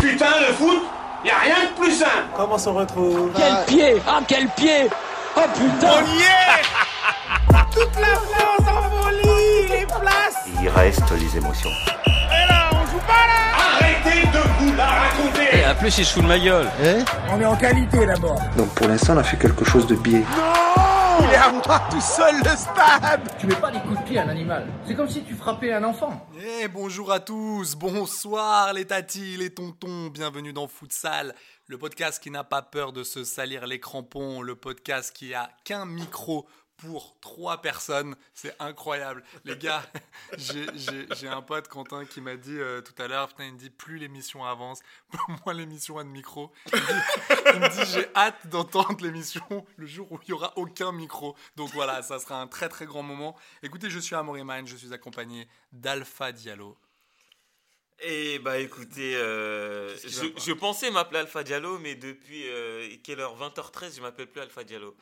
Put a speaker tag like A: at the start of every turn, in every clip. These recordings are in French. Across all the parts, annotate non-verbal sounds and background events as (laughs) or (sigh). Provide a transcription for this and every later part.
A: Putain, le foot, y a rien de plus simple.
B: Comment s'en retrouve
C: Quel pied Ah quel pied Oh putain
A: y (laughs) est Toute la France envolie les places.
D: Il reste les émotions.
A: Et là, on joue pas là. Arrêtez de vous la raconter.
C: En plus il se fout de ma gueule
E: Donc pour l'instant, on a fait quelque chose de biais.
A: Il est à moi tout seul le stade.
F: Tu mets pas des coups de pied à un animal. C'est comme si tu frappais un enfant.
G: Eh bonjour à tous, bonsoir les tatis, les tontons, bienvenue dans Futsal, le podcast qui n'a pas peur de se salir les crampons, le podcast qui a qu'un micro pour trois personnes, c'est incroyable. Les gars, (laughs) j'ai- j'ai j'ai un pote Quentin qui m'a dit euh, tout à l'heure, putain il me dit plus l'émission avance, (laughs) moins l'émission a de micro. Il me dit- (laughs) il me dit j'ai hâte d'entendre l'émission le jour où il y aura aucun micro. Donc voilà, ça sera un très très grand moment. Écoutez, je suis Amaury Mine, je suis accompagné d'Alpha Diallo.
H: Eh bah écoutez, euh,
G: Qu'est-ce qui
H: je,
G: va pas
H: je pensais m'appeler Alpha Diallo, mais depuis euh, quelle heure 20h13, je m'appelle plus Alpha Diallo.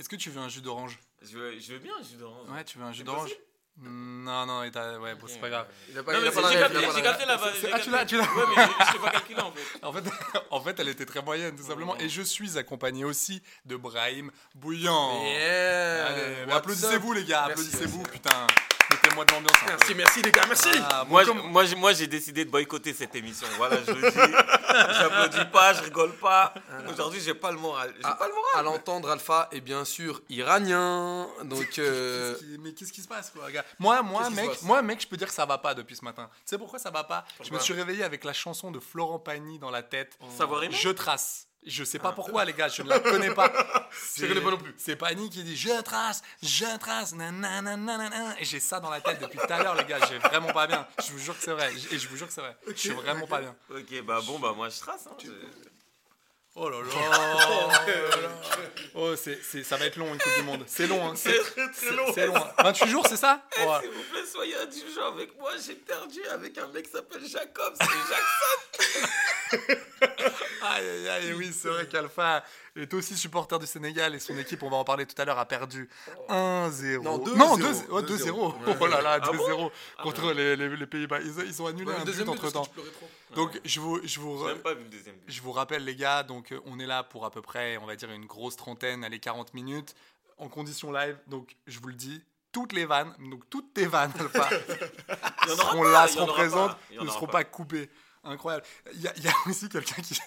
G: Est-ce que tu veux un jus d'orange
H: Je veux, je veux bien un jus d'orange.
G: Ouais, tu veux un jus d'orange Non, non, et t'as- ouais, bon, c'est pas grave.
H: Non mais c'est- j'ai capté, j'ai capté la base.
G: C'est-
H: j'ai
G: ah, tu
H: capté.
G: l'as, tu l'as.
H: Ouais, mais je je t'ai pas calculé en fait.
G: En fait, (laughs) en fait, elle était très moyenne, tout simplement. Et je suis accompagné aussi de Brahim Bouillant. Allez, mais applaudissez-vous, les gars, applaudissez-vous, putain. Mettez-moi de l'ambiance. Ah, Merci, merci, les gars, merci.
H: Ah, Moi, je- moi, j'ai- moi, j'ai décidé de boycotter cette émission. Voilà, je le dis. J'applaudis pas, je rigole pas. Aujourd'hui, j'ai pas le moral. J'ai pas le moral.
I: À l'entendre, Alpha est bien sûr iranien. Donc, euh,
G: Qu'est-ce qui- Mais qu'est-ce qui se passe quoi, gars Moi, moi,
H: Qu'est-ce qui se
G: mec,
H: passe
G: moi, mec, je peux dire que ça va pas depuis ce matin. Tu sais pourquoi ça va pas Je me suis réveillé avec la chanson de Florent Pagny dans la tête.
H: Savoir aimer
G: Je trace. Je sais pas pourquoi, les gars, je ne la connais pas. Je
I: connais pas non plus.
G: C'est Pagny qui dit Je trace, je trace, nanana, nanana. Et j'ai ça dans la tête depuis tout à l'heure, les gars, j'ai vraiment pas bien. Je vous jure que c'est vrai. Et je vous jure que c'est vrai. Je suis vraiment pas bien.
H: Ok, bah bon, bah moi je trace. hein. Je-
G: Oh là là Oh là là. Oh, c'est, c'est- ça va être long, une Coupe du Monde. C'est long, hein. C'est,
H: très long.
G: c'est long. hein. 28 jours, c'est ça Ouais.
H: S'il vous plaît, soyez indulgents avec moi. J'ai perdu avec un mec qui s'appelle Jacob. C'est Jackson.
G: Aïe, aïe, aïe, oui, c'est vrai qu'Alpha est aussi supporter du Sénégal et son équipe, on va en parler tout à l'heure, a perdu
H: Oh.
G: 1-0.
I: Non, 2-0.
G: Non, 2-0. Oh,
I: 2-0.
G: 2-0. Oh là
H: Ah
G: là, 2-0 contre les, les- les Pays-Bas. Ils, ils ont annulé
I: ouais,
G: un
I: deuxième
G: but
I: but,
G: entre temps.
I: parce que tu pleurais trop.
G: Donc, je vous, je vous,
H: J'ai Ah même pas vu le deuxième but.
G: je vous rappelle, les gars, donc euh, on est là pour à peu près, on va dire, une grosse trentaine, allez, 40 minutes, en condition live. Donc, je vous le dis, toutes les vannes, donc toutes tes vannes, Alpha,
H: (laughs) Il y en aura
G: seront
H: pas,
G: là,
H: il y en
G: seront
H: aura pas,
G: présentes,
H: il y en
G: ne
H: aura
G: seront
H: pas.
G: pas coupées. Incroyable. Il y, a- (laughs) il y a aussi quelqu'un qui.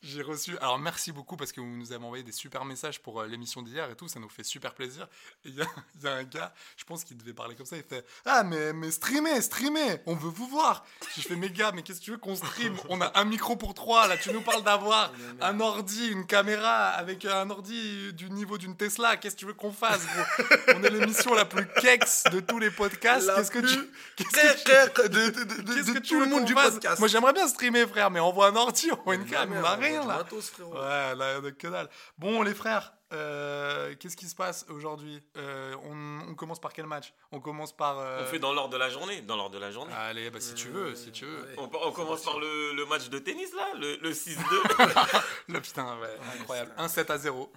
G: J'ai reçu. Alors, merci beaucoup parce que vous nous avez envoyé des super messages pour euh, l'émission d'hier et tout. Ça nous fait super plaisir. Et il y a, (laughs) il y a un gars, je pense qu'il devait parler comme ça. Il fait Ah, mais, mais streamer, streamer, on veut vous voir. Je fais Mais gars, mais qu'est-ce que tu veux qu'on stream On a un micro pour trois. Là, tu nous parles d'avoir un ordi, une caméra avec un ordi du niveau d'une Tesla. Qu'est-ce que tu veux qu'on fasse, gros On est l'émission la plus kex de tous les podcasts. Qu'est-ce que tu. (laughs) Qu'est-ce que tu- Qu'est-ce que tu veux qu'on fasse Moi j'aimerais bien streamer frère, mais envoie un ordi, envoie une cam, on a rien là. Ouais, là, y en a que dalle. Bon les frères, euh, qu'est-ce qui se passe aujourd'hui Euh, on, on commence par quel match On commence par... euh,
H: On fait dans l'ordre de la journée, dans l'ordre de la journée.
G: Allez, bah si tu veux, si tu veux. (laughs)
H: On, on commence par le, le match de tennis là, le, le
I: (laughs) Ah,
H: 6-2.
G: Là putain, ouais, incroyable. 1-7 à 0.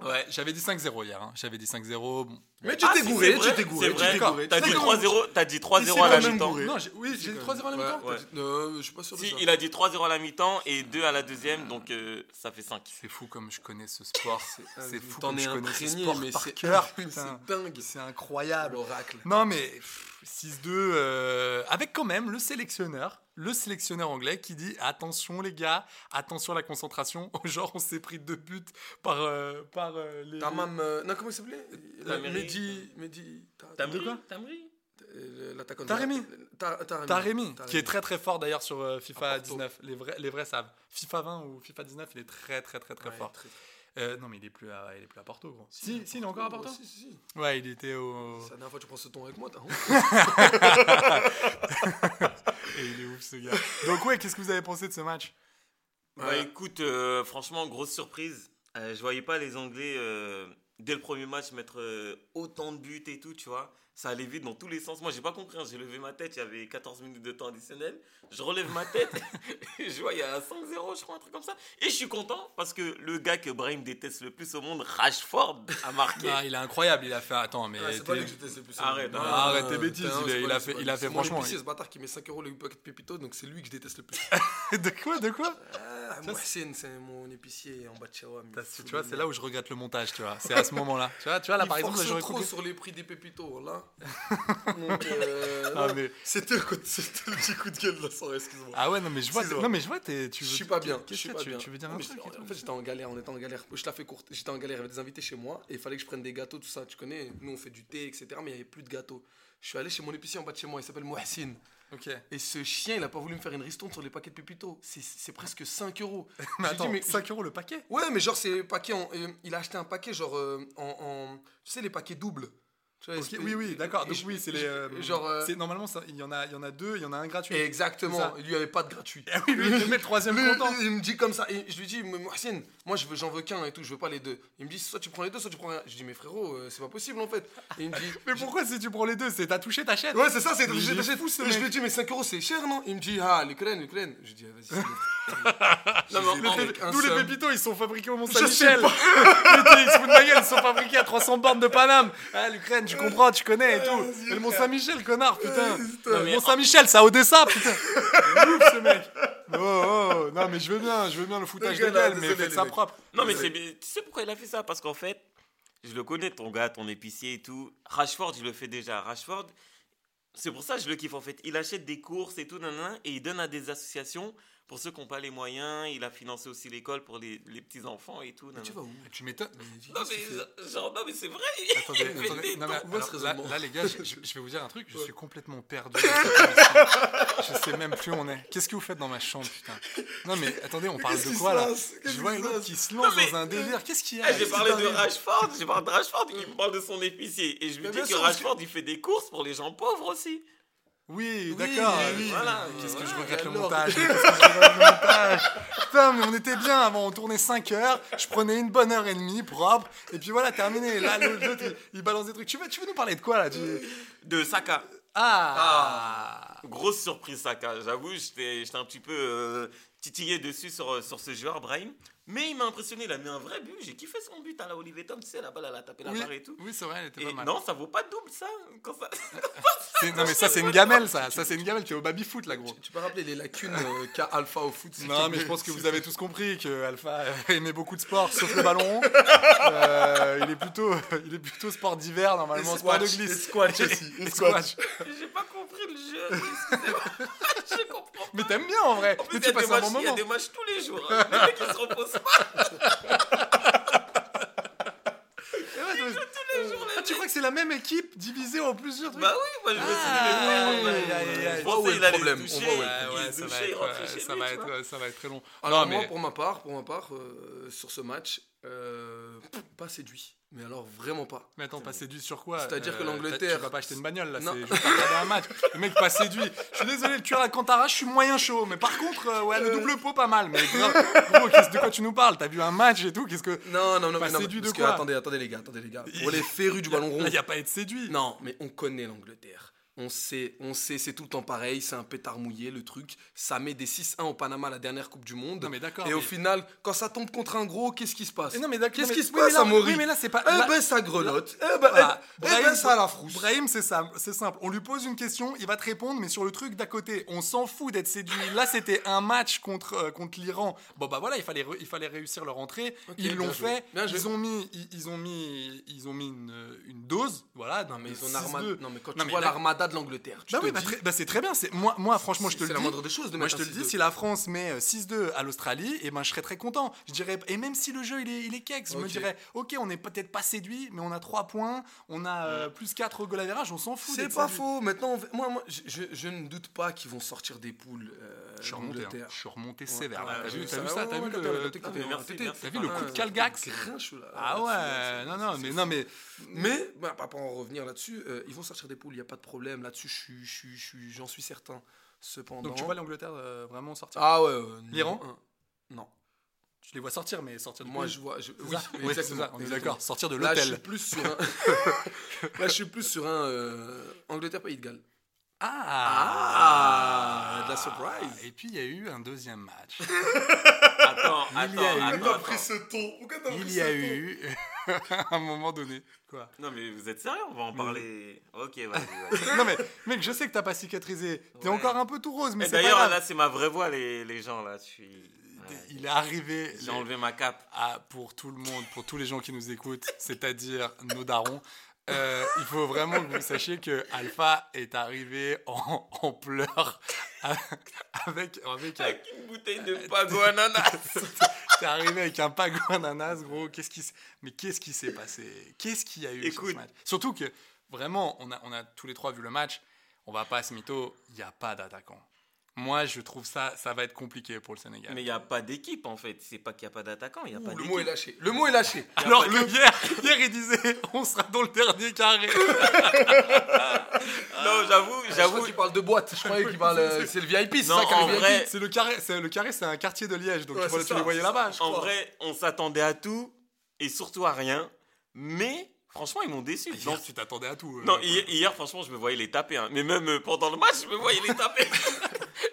G: Ouais, j'avais dit 5-0 hier, hein. j'avais dit 5-0. Bon.
I: Mais tu
H: Ah,
I: t'es
H: si,
I: gouré,
H: c'est
I: tu
H: vrai,
I: t'es gouré,
H: c'est
I: tu
H: vrai.
I: t'es gouré.
H: T'as
I: tu
H: dit
I: t'es
H: 3-0, t'as dit
I: Il
H: 3-0
I: s'est
H: à la
I: quand même
H: mi-temps.
I: gouré.
G: Non, j'ai- oui, j'ai 3-0 à la mi-temps.
H: Ouais.
I: Euh, je suis pas sûr de
H: Si,
I: ça.
H: il a dit 3-0 à la mi-temps et 2 à la deuxième, donc euh, ça fait 5.
G: C'est fou comme je connais ce sport. C'est fou
I: Ah, T'en
G: comme
I: es
G: je connais ce
I: imprégné,
G: sport
I: mais
G: par
I: (laughs) c'est
G: cœur. putain.
I: c'est dingue.
G: C'est incroyable.
I: L'oracle.
G: Non mais pff, 6-2 euh, avec quand même le sélectionneur, le sélectionneur anglais qui dit attention les gars, attention à la concentration. (laughs) Genre on s'est pris deux buts par euh, par euh, les.
I: Ta mam, euh, non, comment il s'appelait Euh,
H: Tamiri.
I: Mehdi. Mehdi. ta-
H: T'as
I: de-
H: quoi
I: euh, L'attaquant. de-
G: Taremi.
I: Ta- Taremi.
G: Taremi, qui est
I: Taremi.
G: très très fort d'ailleurs sur euh, FIFA
I: Apporto.
G: 19. Les vrais, les vrais savent. FIFA 20 ou FIFA 19, il est très très très très
I: Ouais,
G: fort.
I: très- très-
G: Euh, non mais il est plus à, il est plus à Porto. Gros. Si, si, il est encore à Porto.
I: Si, si, si.
G: Ouais, il était au.
I: C'est la dernière fois que tu prends ce ton avec moi, t'as honte.
G: (laughs) Et il est ouf ce gars. Donc ouais, qu'est-ce que vous avez pensé de ce match
H: Bah écoute, euh, franchement, grosse surprise. Euh, je voyais pas les Anglais, euh, dès le premier match, mettre euh, autant de buts et tout, tu vois. Ça allait vite dans tous les sens. Moi, j'ai pas compris. hein. J'ai levé ma tête, il y avait 14 minutes de temps additionnel. Je relève ma tête, (laughs) et je vois, il y a 5-0, je crois, un truc comme ça. Et je suis content parce que le gars que Brahim déteste le plus au monde, Rashford, a marqué.
G: Ah, il est incroyable, il a fait... Attends, mais... Ah,
I: Ah, c'est pas lui que je déteste le plus.
H: Arrête,
I: Non,
H: hein.
I: non,
H: arrête.
I: non,
G: Arrête
I: non,
G: tes
I: non,
G: bêtises,
I: non,
G: il
I: c'est
G: a-
I: pas
G: il
I: lui,
G: a
I: c'est
G: fait-
I: pas
G: il
I: lui.
G: a fait
I: C'est mon
G: franchement,
I: épicier,
G: il- Ah,
I: ce bâtard qui met 5 euros le paquet de Pépito, donc c'est lui que je déteste le
G: (laughs)
I: plus.
G: de quoi, de quoi
I: Ah, moi, c'est c'est mon épicier en bas de Chihuahua.
G: Ça, c'est- Tu vois, c'est là où je regrette le montage, tu vois. C'est à ce moment-là. Tu vois, tu vois là, par exemple, là, j'aurais
I: trop
G: coupé.
I: sur les prix des
G: (laughs)
I: pépitos, là. Donc, euh,
G: Ah,
I: non.
G: mais-
I: C'était le coup de- c'était le petit coup de gueule, là, sans excuse-moi.
G: Ah ouais, non, mais je vois,
I: Excuse-moi.
G: non, mais je vois, t'es- tu
I: Je
G: veux-
I: suis pas bien. Je
G: Qu'est-ce
I: suis
G: que
I: pas
G: tu,
I: bien.
G: tu veux dire
I: Non,
G: un
I: mais
G: truc
I: j'étais-
G: et tout
I: En fait, j'étais en galère. On était en galère. Je la fais courte. J'étais en galère. Il y avait des invités chez moi et il fallait que je prenne des gâteaux, tout ça. Tu connais Nous, on fait du thé, etc. Mais il n'y avait plus de gâteaux. Je suis allé chez mon épicier en bas de chez moi. Il s'appelle Mohsin.
G: Ok.
I: Et ce chien, il a pas voulu me faire une ristourne sur les paquets de Pépito. C'est- C'est presque 5 euros. (laughs)
G: Mais
I: J'ai dit,
G: attends,
I: mais-
G: 5 euros le paquet
I: Ouais, mais genre, c'est paquet. en- euh, il a acheté un paquet, genre, euh, en, en- Tu sais, les paquets doubles. Tu vois,
G: Ok,
I: espèce-
G: Oui, oui, d'accord.
I: et
G: Donc
I: je-
G: oui, c'est
I: je-
G: les... euh,
I: Genre. euh,
G: c'est- Normalement, ça- il y, en a- il y en a deux, il y en a un gratuit. C'est
I: Exactement.
G: ça.
I: Il lui avait pas de gratuit.
G: Ah oui, lui, il te met le troisième
I: Lui,
G: content.
I: Il me dit comme ça, et je lui dis, mais Mohsin, moi je veux, j'en veux qu'un et tout, je veux pas les deux. Il me dit, soit tu prends les deux, soit tu prends rien. Je dis, mais frérot, euh, c'est pas possible en fait. Et il me dit,
G: (laughs) Mais pourquoi si tu prends les deux C'est t'as touché, t'achètes
I: Ouais, c'est ça, c'est
G: Mais il est
I: j'ai acheté-
G: fou, ce
I: Je lui
G: mec.
I: dis, mais 5 euros c'est cher non Il me dit, ah, l'Ukraine, l'Ukraine. Je dis, ah, vas-y,
G: (laughs)
I: c'est
G: Non, mais
I: les
G: en-
I: avec un
G: D'où les
I: seum.
G: pépitos, ils sont fabriqués au
I: sais
G: Mont-Saint-Michel. (laughs)
I: pas.
G: Les ils se foutent de ma gueule, ils sont fabriqués à 300 bornes de Paname. Ah, l'Ukraine, tu comprends, tu connais et tout. Et le Mont-Saint-Michel, connard, putain. Le Mont-Saint-Michel, ça Odessa, putain. C'est ouf, ce mec. Oh, oh, non, mais je veux bien, je veux bien le foutage de
I: Le gars, là,
G: gueule, mais
I: désolé,
G: faites
I: les
G: ça
I: mecs.
G: propre.
H: Non, mais c'est bien- tu sais pourquoi il a fait ça Parce qu'en fait, je le connais, ton gars, ton épicier et tout. Rashford, je le fais déjà. Rashford, c'est pour ça que je le kiffe en fait. Il achète des courses et tout, nanana, et il donne à des associations pour ceux qui n'ont pas les moyens. Il a financé aussi l'école pour les, les petits-enfants et tout. nanana.
I: Tu vas où
G: Tu m'étonnes.
H: Non, mais, genre, non, mais c'est vrai.
G: Attendez,
H: Il fait
G: attendez.
H: des
G: Non, mais
I: Où
H: dons.
I: est ce
G: alors, là,
I: raisonnement
G: là, les gars, je, je- je vais vous dire un truc, je suis complètement perdu. je sais même plus où on est. Qu'est-ce que vous faites dans ma chambre, putain Non, mais attendez, on parle
I: qu'est-ce
G: de
I: qui
G: quoi
I: se
G: là
I: passe Qu'est-ce
G: Je vois
I: qui se
G: l'autre
I: passe
G: qui se lance
H: mais-
G: dans un délire. Qu'est-ce qu'il y a
H: Eh, J'ai parlé de
G: Qu'est-ce qui t'arrive
H: Rashford, j'ai parlé de Rashford qui me parle de son épicier. Et je
I: Mm.
H: lui
I: Mais
H: dis
I: bien
H: que
I: sûr, parce que-
H: Rashford, il fait des courses pour les gens pauvres aussi.
G: Oui, d'accord.
I: oui,
H: voilà.
G: Qu'est-ce que je
I: Voilà,
G: regrette le
I: alors.
H: (laughs)
G: montage Qu'est-ce que je regrette le montage Putain, mais on était bien avant. On tournait 5 heures. Je prenais une bonne heure et demie propre. Et puis voilà, terminé. Là, l'autre, l'autre, il, il balance des trucs. Tu veux, tu veux nous parler de quoi là tu...
H: De Saka.
G: Ah
H: Grosse surprise, Saka. J'avoue, j'étais j'étais un petit peu euh, titillé dessus sur, sur ce joueur, Brahim. Mais il m'a impressionné. Il a mis un vrai but. J'ai kiffé son but à la Olivier Tom. Tu sais, la balle, elle a tapé la
G: Oui,
H: barre et tout.
G: oui, c'est vrai, elle était
H: Et
G: pas mal.
H: non, ça vaut pas de double, ça. Quand ça... (laughs)
G: C'est- Non, mais ça, c'est une gamelle, ça. Ça, c'est une gamelle. Tu es au baby-foot, là, gros.
I: Tu peux rappeler les lacunes
G: Ah,
I: euh, qu'a Alpha au foot s'il te
G: Non, mais je
I: plaît.
H: (laughs)
G: pense que vous avez tous compris que Alpha (laughs) euh, aimait beaucoup de sports, sauf le ballon. Euh, il est plutôt, il est plutôt sport d'hiver normalement,
I: Et
G: sport de
I: squash, et
G: glisse.
I: squash aussi, et
G: Et
I: squash.
G: squash.
H: J'ai pas compris le jeu. excusez-moi. (laughs) je comprends pas.
G: Mais t'aimes bien en vrai.
H: En plus,
G: mais
H: il y, a
G: tu
H: des
G: passes un bon
H: matchs- il y a
G: moment.
H: des matchs tous les jours. hein. Les mecs, ils se
G: (laughs)
H: reposent pas tous les jours. les
G: Ah, tu
H: mecs.
G: crois que c'est la même équipe divisée en plusieurs trucs
H: Bah oui, moi je me suis dit,
G: Ah,
H: mais merde,
G: aïe,
H: bah,
G: aïe, aïe.
H: je
I: On voit où
H: pensais
I: est
H: qu'il
I: le
H: allait
I: problème,
H: se
I: on
H: toucher,
I: voit où est le
H: il se touchait, il rentrait chez lui, tu vois.
G: euh, ça va être très long.
I: Alors,
G: Ah non,
I: moi,
G: mais
I: pour ma part, pour ma part euh, sur ce match, euh, pff, pas séduit. Mais alors, vraiment pas.
G: Mais attends, pas séduit sur quoi euh,
I: C'est-à-dire que
G: t'as-
I: l'Angleterre-
G: Tu vas pas acheter une bagnole là,
I: Non.
G: c'est juste pour regarder un match. Le mec pas séduit. Je suis désolé, le cuir à Cantara, je suis moyen chaud. Mais par contre, euh, ouais, le double pot pas mal. Mais grave, gros, qu'est-ce- de quoi tu nous parles T'as vu un match et tout Qu'est-ce que.
I: Non, non, non,
G: Pas
I: mais non,
G: séduit
I: parce
G: de
I: que,
G: quoi
I: attendez, attendez les gars, attendez les gars. Pour les férus du ballon rond.
G: Là, y a pas à être séduit.
I: Non, mais on connaît l'Angleterre. On sait, on sait, c'est tout le temps pareil, c'est un pétard mouillé le truc. Ça met des 6-1 au Panama à la dernière Coupe du Monde.
G: Non, mais d'accord,
I: Et au
G: mais-
I: final, quand ça tombe contre un gros, qu'est-ce qui se passe
G: Et non, mais d'accord,
I: Qu'est-ce
G: mais-
I: qui se
G: oui, mais
I: passe
G: là-
I: à Maury
G: oui, mais là, c'est pas-
I: Eh
G: là-
I: ben ça grelotte. Eh ben,
G: Voilà.
I: eh- eh ben,
G: Brahim-
I: ça à la frousse.
G: Brahim, c'est simple, c'est simple. On lui pose une question, il va te répondre, mais sur le truc d'à côté, on s'en fout d'être séduit. Là, c'était un match contre, euh, contre l'Iran. Bon, bah voilà, il fallait, re- il fallait réussir leur entrée. ils l'ont
I: bien joué.
G: fait.
I: Bien
G: Ils
I: joué.
G: ont mis, ils, ils ont mis, ils ont mis une, euh, une dose. Voilà,
I: Non mais
G: de
I: ils ont
G: 6-2.
I: armada. Non mais quand tu
G: Non,
I: vois
G: là-
I: l'armada de l'l'Angleterre, tu
G: Bah
I: te
G: oui, bah
I: dis-
G: très- bah c'est très bien. C'est moi, moi, franchement, je te le
I: c'est
G: dis.
I: la moindre des choses de
G: Moi,
I: mettre
G: je te
I: un
G: le dis.
I: 6-2.
G: Si la France met euh, 6-2 à l'Australie, et ben je serais très content. Je dirais et même si le jeu il est, il est kek, je me
I: Ok.
G: dirais ok, on n'est peut-être pas séduit, mais on a 3 points, on a euh, plus 4 au goal à virage, on s'en fout.
I: C'est
G: d'être
I: pas
G: séduit.
I: faux. Maintenant, on va- moi, moi, je, je- je ne doute pas qu'ils vont sortir des poules. euh,
G: Je suis remonté, hein.
I: l'Angleterre.
G: je suis remonté sévère.
I: Ouais,
G: T'as
I: j'ai
G: vu,
I: vu
G: t'as
I: ça.
G: vu ça, t'as
I: Ouais,
G: vu
I: ouais, ouais,
G: le,
I: t'as vu,
H: merci,
I: t'as
H: merci.
G: t'as vu le coup de
I: Ah,
G: Calgax
I: Grinchou, là.
G: Ah ouais,
I: Là-dessus,
G: non
I: là-dessus,
G: non,
I: c'est
G: mais
I: fou.
G: non mais
I: Mais, bah, bah, pour en revenir là-dessus, euh, ils vont sortir des poules, il n'y a pas de problème. Là-dessus, je suis- je suis- je suis- j'en suis certain. Cependant.
G: Donc tu vois l'Angleterre euh, vraiment sortir
I: Ah ouais. euh,
G: L'Iran
I: non, euh, Non.
G: Tu les vois sortir, mais sortir du
I: Moi,
G: pays.
I: je vois. Je...
G: C'est
I: Oui,
G: ça Oui, c'est ça, on est
I: exactement.
G: d'accord. Sortir de
I: Là, je suis
G: l'hôtel.
I: plus sur
G: (laughs)
I: un. (laughs) Là, je suis plus sur un euh, Angleterre-Pays de Galles. Ah, de la surprise.
G: Et puis il y a eu un deuxième match.
H: Attends,
G: Il y a eu-
H: attends, attends,
G: Il a
H: attends.
I: ce ton Pourquoi t'as
G: il y a eu (laughs) à un moment donné. Quoi
H: Non, mais vous êtes sérieux On va en parler. Ok, vas-y. (laughs) vas-y.
G: Non mais mec, je sais que t'as pas cicatrisé. T'es
H: Ouais.
G: encore un peu tout rose, mais
H: Et
G: c'est pas grave.
H: D'ailleurs, là, c'est ma vraie voix, les, les gens. Là, je suis. ouais,
G: il est arrivé.
H: J'ai enlevé ma cape.
G: Ah, pour tout le monde, pour tous les gens qui nous écoutent, c'est-à-dire nos darons, euh, il faut vraiment que vous sachiez que Alpha est arrivé en, en pleurs (laughs) avec, avec, un-
H: Avec une bouteille de pago ananas.
G: t'es arrivé avec un (laughs) pago ananas, gros. Qu'est-ce qui, s- mais qu'est-ce qui s'est passé Qu'est-ce qu'il y a eu sur
H: Écoute.
G: ce match Surtout que vraiment, on a, on a tous les trois vu le match. On va pas se mytho. Il n'y a pas d'attaquant. Moi, je trouve ça, ça va être compliqué pour le Sénégal.
H: (laughs) Mais il n'y a pas d'équipe en fait. C'est pas qu'il n'y a pas d'attaquant, il n'y a pas
I: Le
H: d'équipe.
I: mot est lâché. Le mot
G: (laughs)
I: est lâché.
G: Alors, le
H: (laughs)
G: hier, hier, il disait, on sera dans le dernier carré.
H: Non, j'avoue,
I: J'avoue
H: j'avoue.
I: qu'il parle de boîte. Je
G: (laughs)
I: croyais qu'il parle. euh, C'est le VIP, c'est
H: Non,
I: ça
H: en
I: quand le
H: vrai,
I: VIP.
G: C'est le carré, c'est le carré, c'est un quartier de Liège, donc
I: Ouais,
G: tu, vois,
I: c'est
G: tu
I: ça,
G: les voyais
I: c'est
G: là-bas. je
H: En
G: crois.
H: vrai, on s'attendait à tout et surtout à rien. Mais franchement, Ah, ils m'ont déçu.
G: Hier,
H: Non,
G: tu t'attendais à tout. euh.
H: non, hi- hier, franchement, je me voyais les taper. hein. Mais même euh, pendant le match, je me voyais les taper. (laughs)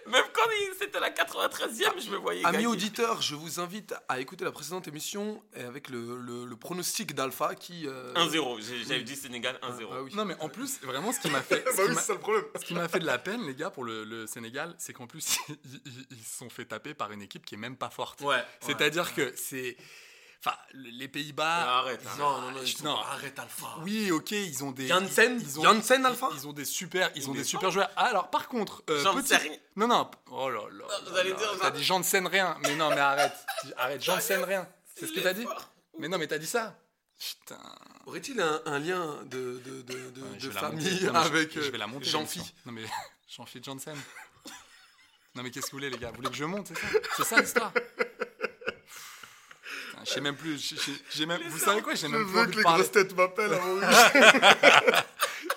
H: même quand il- c'était la 93e, je me voyais.
I: Amis
H: gagner.
I: auditeurs, je vous invite à écouter la précédente émission euh, avec le, le- le pronostic d'Alpha qui. euh,
H: 1-0. J'ai- J'avais dit Sénégal 1-0.
I: Ah oui. Bah
G: Non, mais en plus, vraiment, ce qui m'a
I: (laughs)
G: fait, ce qui m'a-
I: le problème.
G: ce qui m'a fait de la peine, les gars, pour le, le Sénégal, c'est qu'en plus, (laughs) ils- ils ils se sont fait taper par une équipe qui est même pas forte.
H: Ouais.
G: C'est-à-dire que c'est, enfin, le- les Pays-Bas.
H: Arrête. arrête.
I: Ah, hein. Non, non, non,
G: je-
I: ils sont-
G: non.
I: arrête Alpha.
G: Oui, ok, ils ont des.
I: Janssen,
G: ils- ils ont-
I: Janssen, Alpha
G: ils- Ils ont des super, ils ont
H: Mais-
G: des super joueurs. Ah, alors par contre, euh,
H: J'en
G: petit-
H: sais rien.
G: Non, non. p- Oh là là.
H: vous allez dire,
G: T'as
H: genre-
G: dit Janssen rien. Mais non, mais arrête. Dis- Arrête, Janssen rien. C'est ce que t'as dit. Mais non, mais t'as dit ça. Putain.
I: Aurait-il un, un lien de, de, de, de,
G: Ouais,
I: de
G: Euh, je vais la
I: famille
G: monter. Non, mais je-
I: avec euh,
G: je, vais la monter,
I: Jean-Phi
G: l'émission. Non mais (laughs) Jean-Phi
I: (laughs)
G: Johnson. non mais qu'est-ce que vous voulez les gars Vous voulez que je monte C'est ça C'est ça
I: (laughs)
G: l'histoire Putain, Je sais même plus. je- je- j'ai même, vous savez quoi J'ai même plus envie de parler.
I: têtes m'appellent hein,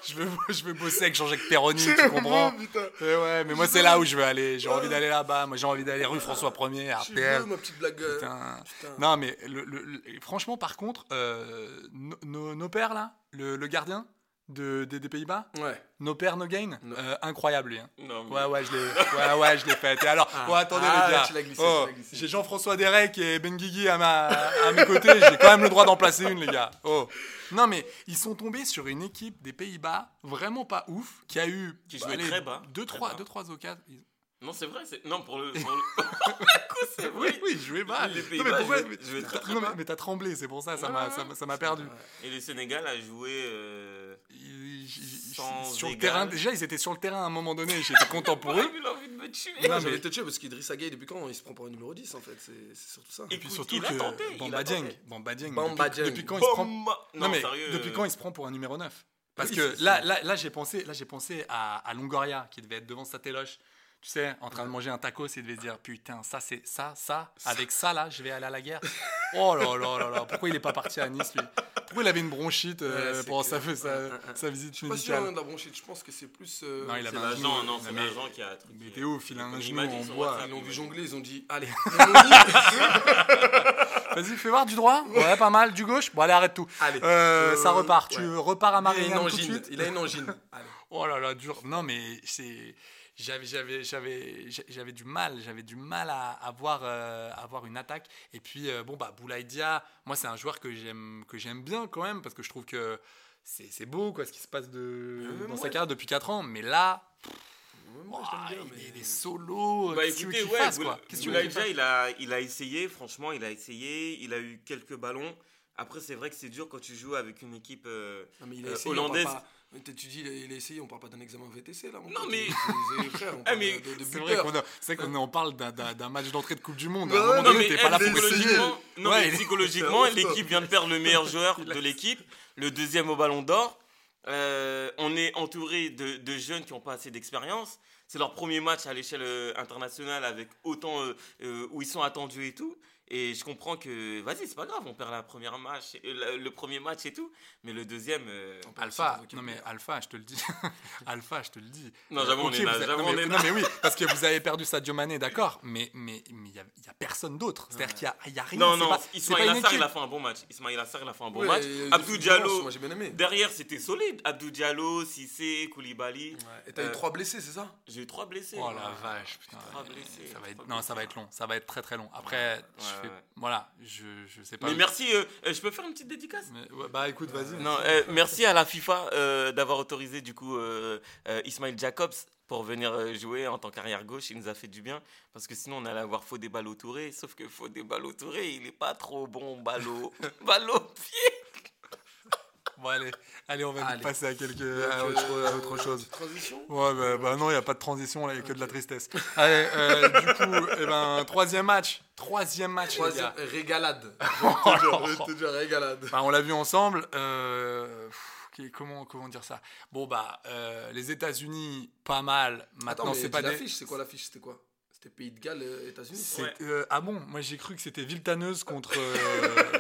G: Je veux, je veux bosser avec Jean-Jacques Perroni, (laughs)
I: (laughs)
G: tu
I: Oh,
G: comprends Eh ouais, mais moi c'est là où je veux aller. J'ai envie d'aller là-bas. Moi j'ai envie d'aller rue François 1er,
I: Tu
G: RTL.
I: veux ma petite blague euh,
G: Putain.
I: putain.
G: Non mais le- le- le- franchement par contre, euh, nos nos- nos pères là, le, le gardien de, des- des Pays-Bas,
I: Ouais.
G: No pair, no gain Euh, Incroyable, lui. hein.
H: Non, mais-
G: Ouais, ouais, je l'ai ouais, ouais, je l'ai fait. Et alors, oh, attendez,
I: Ah,
G: les gars.
I: tu l'as glissé,
G: Oh,
I: tu l'as glissé.
G: J'ai Jean-François Derek et Ben Guigui à, ma... à mes côtés. J'ai quand même le droit d'en placer une, les gars. Oh. Non, mais ils sont tombés sur une équipe des Pays-Bas vraiment pas ouf qui a eu.
H: Qui jouait très bas, très
G: 2-3
H: bas.
G: occasions. Ils-
H: Non, c'est vrai. c'est- Non, pour le. Pour le... (laughs) Coup, c'est vrai.
G: Oui, oui, ils jouaient bas.
H: Les
G: Non,
H: Pays-Bas
G: mais pourquoi-
H: jouaient- jouaient très, très
G: Non, mais-
H: bas.
G: mais t'as tremblé, c'est pour ça, ça m'a- ça m'a ça m'a perdu.
H: Et le Sénégal a joué. euh,
G: Ils- ils-
H: Sans
G: Sur le
H: égal.
G: terrain, déjà, ils étaient sur le terrain à un moment donné. J'étais content pour eux.
H: Il a envie de me tuer.
I: Non, mais te tuer parce qu'Idrissa Gueye, depuis quand il se prend pour un numéro 10 en fait C'est c'est surtout ça.
H: Et
G: Puis
H: Écoute,
G: surtout
H: il a
G: que
H: tenté, il
G: Bamba
H: a tenté.
G: Dieng, Bamba Dieng,
I: Bamba
G: depuis,
I: Dieng.
G: depuis quand il se
H: Bamba-
G: prend
H: Non,
G: Non, mais
H: sérieux,
G: depuis
H: euh,
G: quand il se prend pour un numéro 9 Parce
I: Oui,
G: que
I: c'est
G: là là, là j'ai pensé là j'ai pensé à, à Longoria qui devait être devant sa téloche. Tu sais, en train de manger un taco, il devait se dire putain, ça c'est ça ça avec ça là, je vais aller à la guerre. Oh là là là là, pourquoi il est pas parti à Nice lui Pourquoi il avait une bronchite euh,
I: Ouais, c'est
G: pendant sa,
I: clair.
G: sa-
I: Ouais, ouais, ouais.
G: sa visite
I: Je suis pas sûr hein,
G: médicale
I: de la bronchite, je pense que c'est plus. euh,
G: Non, il avait
H: C'est
G: un genou.
H: l'agent, non, c'est
G: mais-
H: l'agent qui a truqué.
G: Mais t'es ouf, il a un
H: Il
G: genou
H: m'a dit
G: en
H: sur
G: bois.
H: WhatsApp,
I: Ils l'ont vu
H: il m'a dit.
I: jongler, ils ont dit
G: (laughs)
I: allez.
G: Vas-y, fais voir du droit. Ouais, pas mal. Du gauche. Bon, allez, arrête tout.
I: Allez.
G: Euh, ça
I: Euh,
G: repart.
I: ouais.
G: Tu repars à
I: Il a une
G: Marianne tout de
I: angine.
G: suite.
I: (laughs) Il a une angine. Allez.
G: Oh là là, dur. Non, mais c'est. J'avais, j'avais, j'avais, j'a- j'avais du mal, j'avais du mal à avoir, avoir une attaque. Et puis, euh, bon, bah, Boulaïdia, moi, c'est un joueur que j'aime, que j'aime bien quand même, parce que je trouve que c'est, c'est beau, quoi, ce qui se passe de,
H: Euh,
I: Mais même
G: dans sa
I: moi-
G: carrière depuis 4 ans. Mais là,
I: Moi,
G: ouah,
I: je l'aime bien,
G: il
I: mais-
G: est des solos.
H: Bah
G: qu'est-ce que tu veux
H: écoutez,
G: qu'il
H: ouais,
G: fasse,
H: Boul-
G: quoi Qu'est-ce que tu veux qu'il
H: Boulaïdja, il a, il a essayé, franchement, il a essayé, il a eu quelques ballons. Après, c'est vrai que c'est dur quand tu joues avec une équipe. euh,
I: Non, mais il a
H: Euh,
I: essayé, on parle
H: hollandaise.
I: pas- mais t'as- Tu dis, il a, il a essayé, on parle pas d'un examen VTC là. mon
H: Non,
I: pote,
H: mais-
I: c'est- c'est-
G: (laughs)
I: frère, on
H: Ah,
I: parle
H: mais
I: de- de
G: Eh, C'est vrai
I: buteur.
G: qu'on a- c'est vrai qu'on en parle d'un- d'un d'un match d'entrée de Coupe du Monde.
I: Ouais,
G: à un moment
H: Non,
G: donné,
H: mais,
G: t'es
H: eh,
G: pas là pour essayer.
H: psychologiquement, non,
G: Ouais,
H: mais
G: il est-
H: psychologiquement,
I: c'est un
H: l'équipe vient de perdre le
G: (laughs)
H: meilleur joueur de l'équipe, le deuxième au ballon d'or. Euh, on est entouré de, de jeunes qui n'ont pas assez d'expérience. C'est leur premier match à l'échelle euh, internationale avec autant euh, euh, où ils sont attendus et tout. Et je comprends que, vas-y, c'est pas grave, on perd la première match, euh, la- le premier match et tout. Mais le deuxième. euh,
G: Alpha, non mais Alpha, je te le dis. (laughs) Alpha, je te le dis.
H: Non, j'avoue, on
G: Ok,
H: est naze,
G: vous avez-
H: j'avoue,
G: non, mais-
H: on est
G: Non, mais oui, parce que vous avez perdu Sadio
I: (laughs)
G: Mané, d'accord, mais mais mais il y a, il y a personne d'autre. C'est-à-dire qu'il y a, il y a rien.
H: Non,
G: c'est
H: non,
G: pas- c'est pas une
H: Ismail Assar, il a
G: équipe. euh,
H: fait un bon match. Ismail Assar, il a fait un bon
I: Ouais,
H: match.
I: il y a eu
H: Abdou
I: des
H: Diallo,
I: différences, moi, j'ai bien aimé.
H: derrière, c'était solide. Abdou Diallo, Sissé, Koulibaly.
I: Et t'as
H: Euh,
I: eu trois blessés, c'est ça
H: J'ai eu trois blessés.
G: Oh la
H: moi.
G: vache, putain.
H: Trois
G: ouais,
H: blessés,
G: ça va être,
H: trois
G: non, ça va
H: blessés.
G: être long, ça va être très très long. Après, je
H: ouais,
G: fais-
H: ouais.
G: voilà, je je sais pas.
H: Mais merci, euh, euh, je peux faire une petite dédicace
G: Mais- ouais, bah écoute, vas-y.
H: Non, euh, merci à la FIFA euh, d'avoir autorisé du coup euh, euh, Ismail Jacobs pour venir euh, jouer en tant qu'arrière gauche. Il nous a fait du bien parce que sinon on allait avoir faux des balles autouré. Sauf que faux des balles autouré, il est pas trop bon
G: (laughs)
H: balle au, balle au pied.
G: Bon allez, allez, on va vite
I: Allez.
G: passer à quelque à autre, à autre chose.
I: Transition
G: Ouais, bah, bah non, il n'y a pas de transition, là, il n'y a que de la tristesse. Allez, euh, du coup, eh ben, troisième match. Troisième match, les
I: Troisième,
G: gars.
I: régalade. Je te dis régalade.
G: Bah, on l'a vu ensemble. euh, pff, qui- comment, comment dire ça Bon, bah, euh, les États-Unis, pas mal. Maintenant,
I: Attends,
G: c'est
I: mais
G: pas
I: pas
G: des.
I: l'affiche, c'est quoi l'affiche C'était quoi C'était Pays de Galles, euh, États-Unis
G: C'est-
H: Ouais.
G: euh, ah bon Moi, j'ai cru que c'était Viltaneuse contre.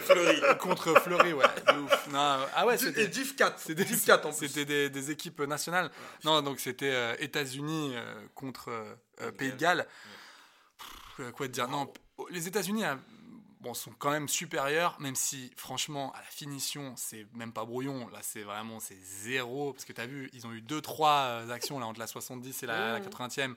G: Fleury. Contre Fleury, ouais. de ouf. Non, ah ouais,
I: C'était
G: c'était.
I: Div 4.
G: C'était
I: C'était Div 4 en plus.
G: C'était des, des équipes nationales. Non, donc c'était euh, États-Unis euh, contre euh, euh, Pays de Galles. Pff, euh, quoi te dire Non, p- les États-Unis euh, bon, sont quand même supérieurs, même si franchement, à la finition, c'est même pas brouillon. Là, c'est vraiment c'est zéro. Parce que tu as vu, ils ont eu 2-3 actions là, entre la 70 et la, la 80e.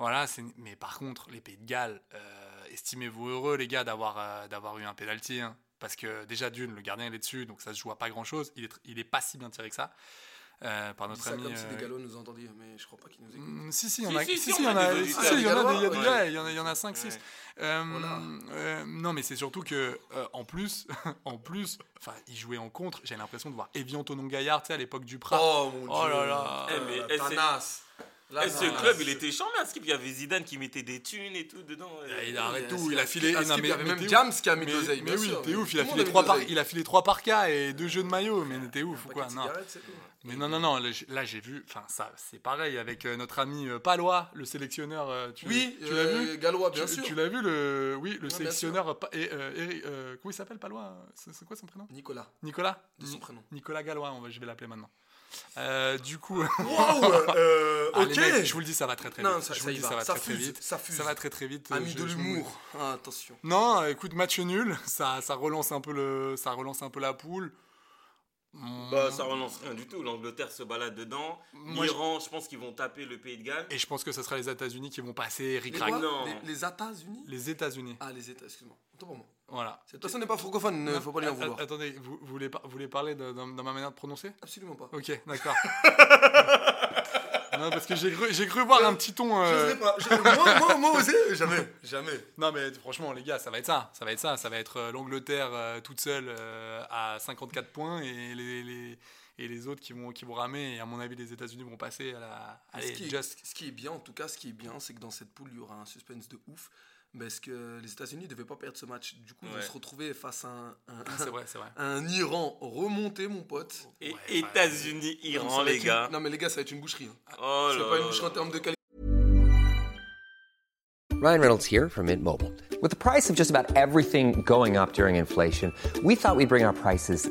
G: Voilà, c'est- mais par contre, les Pays de Galles, euh, estimez-vous heureux, les gars, d'avoir euh, d'avoir eu un pénalty. hein. parce que déjà, d'une, le gardien, il est dessus, donc ça se joue à pas grand-chose. Il est, tr- il est pas si bien tiré que ça. euh, par
I: On dit
G: notre
I: ça
G: ami.
I: comme si des
G: euh,
I: Gallois nous entendaient, mais je crois pas qu'ils nous écoutent.
G: Mm, Si, si, il y
H: Si,
G: en a
H: si,
G: 5-6.
H: si, on a des auditeurs.
I: Ah, des Gallois,
G: Il
I: ouais.
G: y en a- il y en a 5-6.
H: Ouais.
I: Voilà.
G: euh, Non, mais c'est surtout que, euh, en plus, (laughs) en plus, enfin, il jouait en contre. J'ai l'impression de voir Evian Tonon Gaillard, tu sais, à l'époque du Prat.
I: Oh mon dieu.
G: Oh là là.
H: Eh, mais, eh,
I: Euh,
H: c'est-
I: Tanas.
H: Et ce club, il était chiant, mais Skip, il y avait Zidane qui mettait des thunes et tout dedans. euh.
G: Eh, Il
H: Et...
G: arrête tout, il a filé.
I: Ah,
G: non,
I: Skip,
G: mais-
I: il y avait
G: mais
I: même
G: t'es
I: James qui a mis
G: mais,
I: de l'oseille,
G: mais
I: Ah, bien
G: oui,
I: sûr.
G: t'es ouf, il a,
I: Tout le
G: filé
I: monde
G: trois
I: avait
G: par,
I: de l'oseille.
G: il a filé 3 par cas
I: Euh,
G: et deux jeux de maillot, mais t'es ouf ou quoi
I: Paquet de
G: Non.
I: cigarettes, c'est tout.
G: Mais non, non, non, là j'ai- là, j'ai vu, enfin ça c'est pareil avec euh, notre ami euh, Palois, le sélectionneur. euh, tu,
I: Oui,
G: tu l'as vu
I: euh, Gallois, bien
G: tu,
I: sûr.
G: tu l'as vu le oui le
I: bien
G: sélectionneur euh, Pa- et, euh, Eric- euh, comment il s'appelle Palois euh, C'est c'est quoi son prénom
I: Nicolas.
G: Nicolas
I: De son
G: Ni-
I: prénom.
G: Nicolas Gallois, on va, je vais l'appeler maintenant. Euh, du coup. (laughs)
I: Waouh euh,
G: Ah,
I: Ok
G: les mecs, je vous le dis, ça va très très
I: Non,
G: vite.
I: ça-
G: je vous
I: ça
G: le
I: y
G: dis,
I: va.
G: ça va
I: Ça
G: très très
I: fuse,
G: vite.
I: ça fuse.
G: va très très vite. euh,
I: Ami
G: je-
I: de
G: je vous le dis.
I: l'humour. Ah, attention.
G: Non, euh, écoute, match nul, (laughs) ça, ça relance un peu le, ça relance un peu la poule.
H: Bah, ça relance rien du tout. L'Angleterre se balade dedans.
G: Moi,
H: L'Iran, je pense qu'ils vont taper le pays de Galles.
G: Et je pense que ce sera les États-Unis qui vont passer
I: Les,
G: ric-rac.
I: quoi
H: Non.
I: les, les États-Unis
G: Les États-unis.
I: Ah, les États, excuse-moi. Autant pour moi.
G: Voilà.
I: De toute façon, on n'est pas francophone, ne faut pas lui en
G: Att-
I: vouloir.
G: Attendez, vous, vous voulez, par- vous voulez parler de, dans, dans ma manière de prononcer
I: Absolument pas.
G: Ok,
I: (laughs)
G: d'accord. non, parce que j'ai cru, j'ai cru voir un petit ton. euh,
I: Je sais pas. (laughs) je- Moi, moi, moi, osé, jamais. Jamais.
G: Non, mais franchement, les gars, ça va être ça. Ça va être ça. Ça va être euh, l'Angleterre euh, toute seule euh, à 54 points et les, les- et les autres qui vont, qui vont ramer. Et à mon avis, les États-Unis vont passer à la.
I: Mais ce,
G: Allez,
I: qui est,
G: just.
I: ce qui est bien, en tout cas, ce qui est bien, c'est que dans cette poule, il y aura un suspense de ouf. Parce que les États-Unis ne devaient pas perdre ce match. Du coup, ils vont
H: Ouais.
I: se retrouver face à un, un-
G: C'est vrai, c'est vrai.
I: (laughs) un Iran remonté, mon pote.
H: Et
G: Ouais, enfin,
H: États-Unis,
I: Ça
H: Iran,
I: va
H: les
I: être une-
H: gars.
I: Non, mais les gars, ça va être une boucherie. hein.
H: Oh
I: c'est
H: là
I: pas une
H: là
I: boucherie en termes de qualité.
J: Ryan Reynolds here from Mint Mobile. With the price of just about everything going up during inflation, we thought we'd bring our prices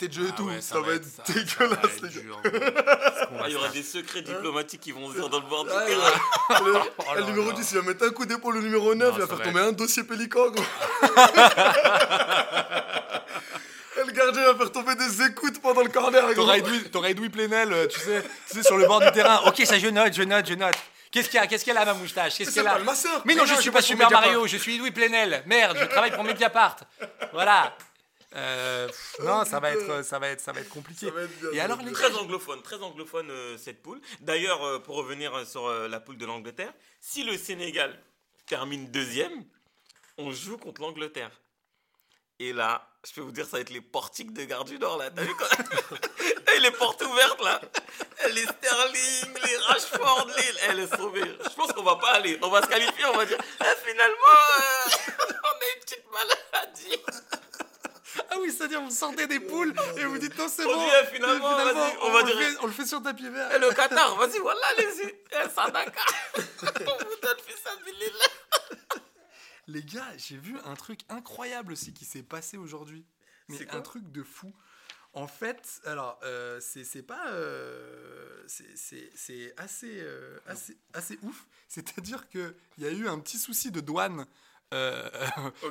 I: de jeu et tout.
G: ouais,
I: ça, va être
G: ça- ça va
I: (laughs) dégueulasse,
G: être
I: les gars.
G: dur, gros. Parce qu'on va
H: Ah, il y
G: se
H: aura
G: faire-
H: des secrets diplomatiques qui vont se dire dans le bord du
I: Ah,
H: terrain.
I: ouais. le,
G: Oh là
I: Ah, le numéro
G: là.
I: 10, il va mettre un coup d'épaule au numéro 9,
G: Non,
I: il
G: ça
I: va faire
G: va
I: tomber
G: être-
I: un dossier
G: (laughs)
I: pélican, gros. Et le gardien va faire tomber des écoutes pendant le corner, gros.
G: T'auras Edoui- T'auras Edoui Plenel, euh, tu sais, tu sais, sur le bord du terrain. Ok, ça, je note, je note, je note. Qu'est-ce qu'il y a Qu'est-ce qu'elle a, ma moustache Qu'est-ce
I: C'est
G: qu'elle a
I: pas le masseur.
G: Mais non,
I: Mais
G: je
I: non,
G: suis
I: je
G: pas
I: bosse pour
G: Super Mario,
I: Mediapart.
G: je suis Edoui Plenel. Merde, je travaille pour Mediapart. Voilà. Euh, pff, non, ça va être, ça va être, ça va être compliqué.
I: Ça va être bien,
G: Et
I: ça va
G: alors
I: être
G: les
I: bien.
G: gars,
H: Très anglophone, très anglophone euh, cette poule. D'ailleurs, euh, pour revenir euh, sur euh, la poule de l'Angleterre, si le Sénégal termine deuxième, on joue contre l'Angleterre. Et là, je peux vous dire, ça va être les portiques de Gare du Nord, là. T'as vu
G: (laughs)
H: quand Et les portes ouvertes, là. Eh, Les Sterling, les Rashford, les... Eh, laisse tomber. Je pense qu'on va pas aller. On va se qualifier, on va dire, Eh, finalement, euh, (laughs) on a une petite maladie.
G: Ah oui, c'est-à-dire, vous sortez des poules et vous dites non, c'est
H: On
G: bon.
H: dit, eh, finalement,
G: Et
H: vas-y, on
G: on,
H: va
G: le
H: dire-
G: fait, on le fait sur le tapis vert.
H: Eh, le Qatar, vas-y, voilà, allez-y. Eh, Sadaka. On (laughs) vous donne fils à Bilal.
G: Les gars, j'ai vu un truc incroyable aussi qui s'est passé aujourd'hui.
H: C'est
G: Mais
H: quoi
G: un truc de fou. En fait, alors, euh, c'est c'est pas. euh, c'est- c'est c'est assez, euh,
H: Ah
G: assez, assez ouf. C'est-à-dire qu'il y a eu un petit souci de douane. euh,
H: Au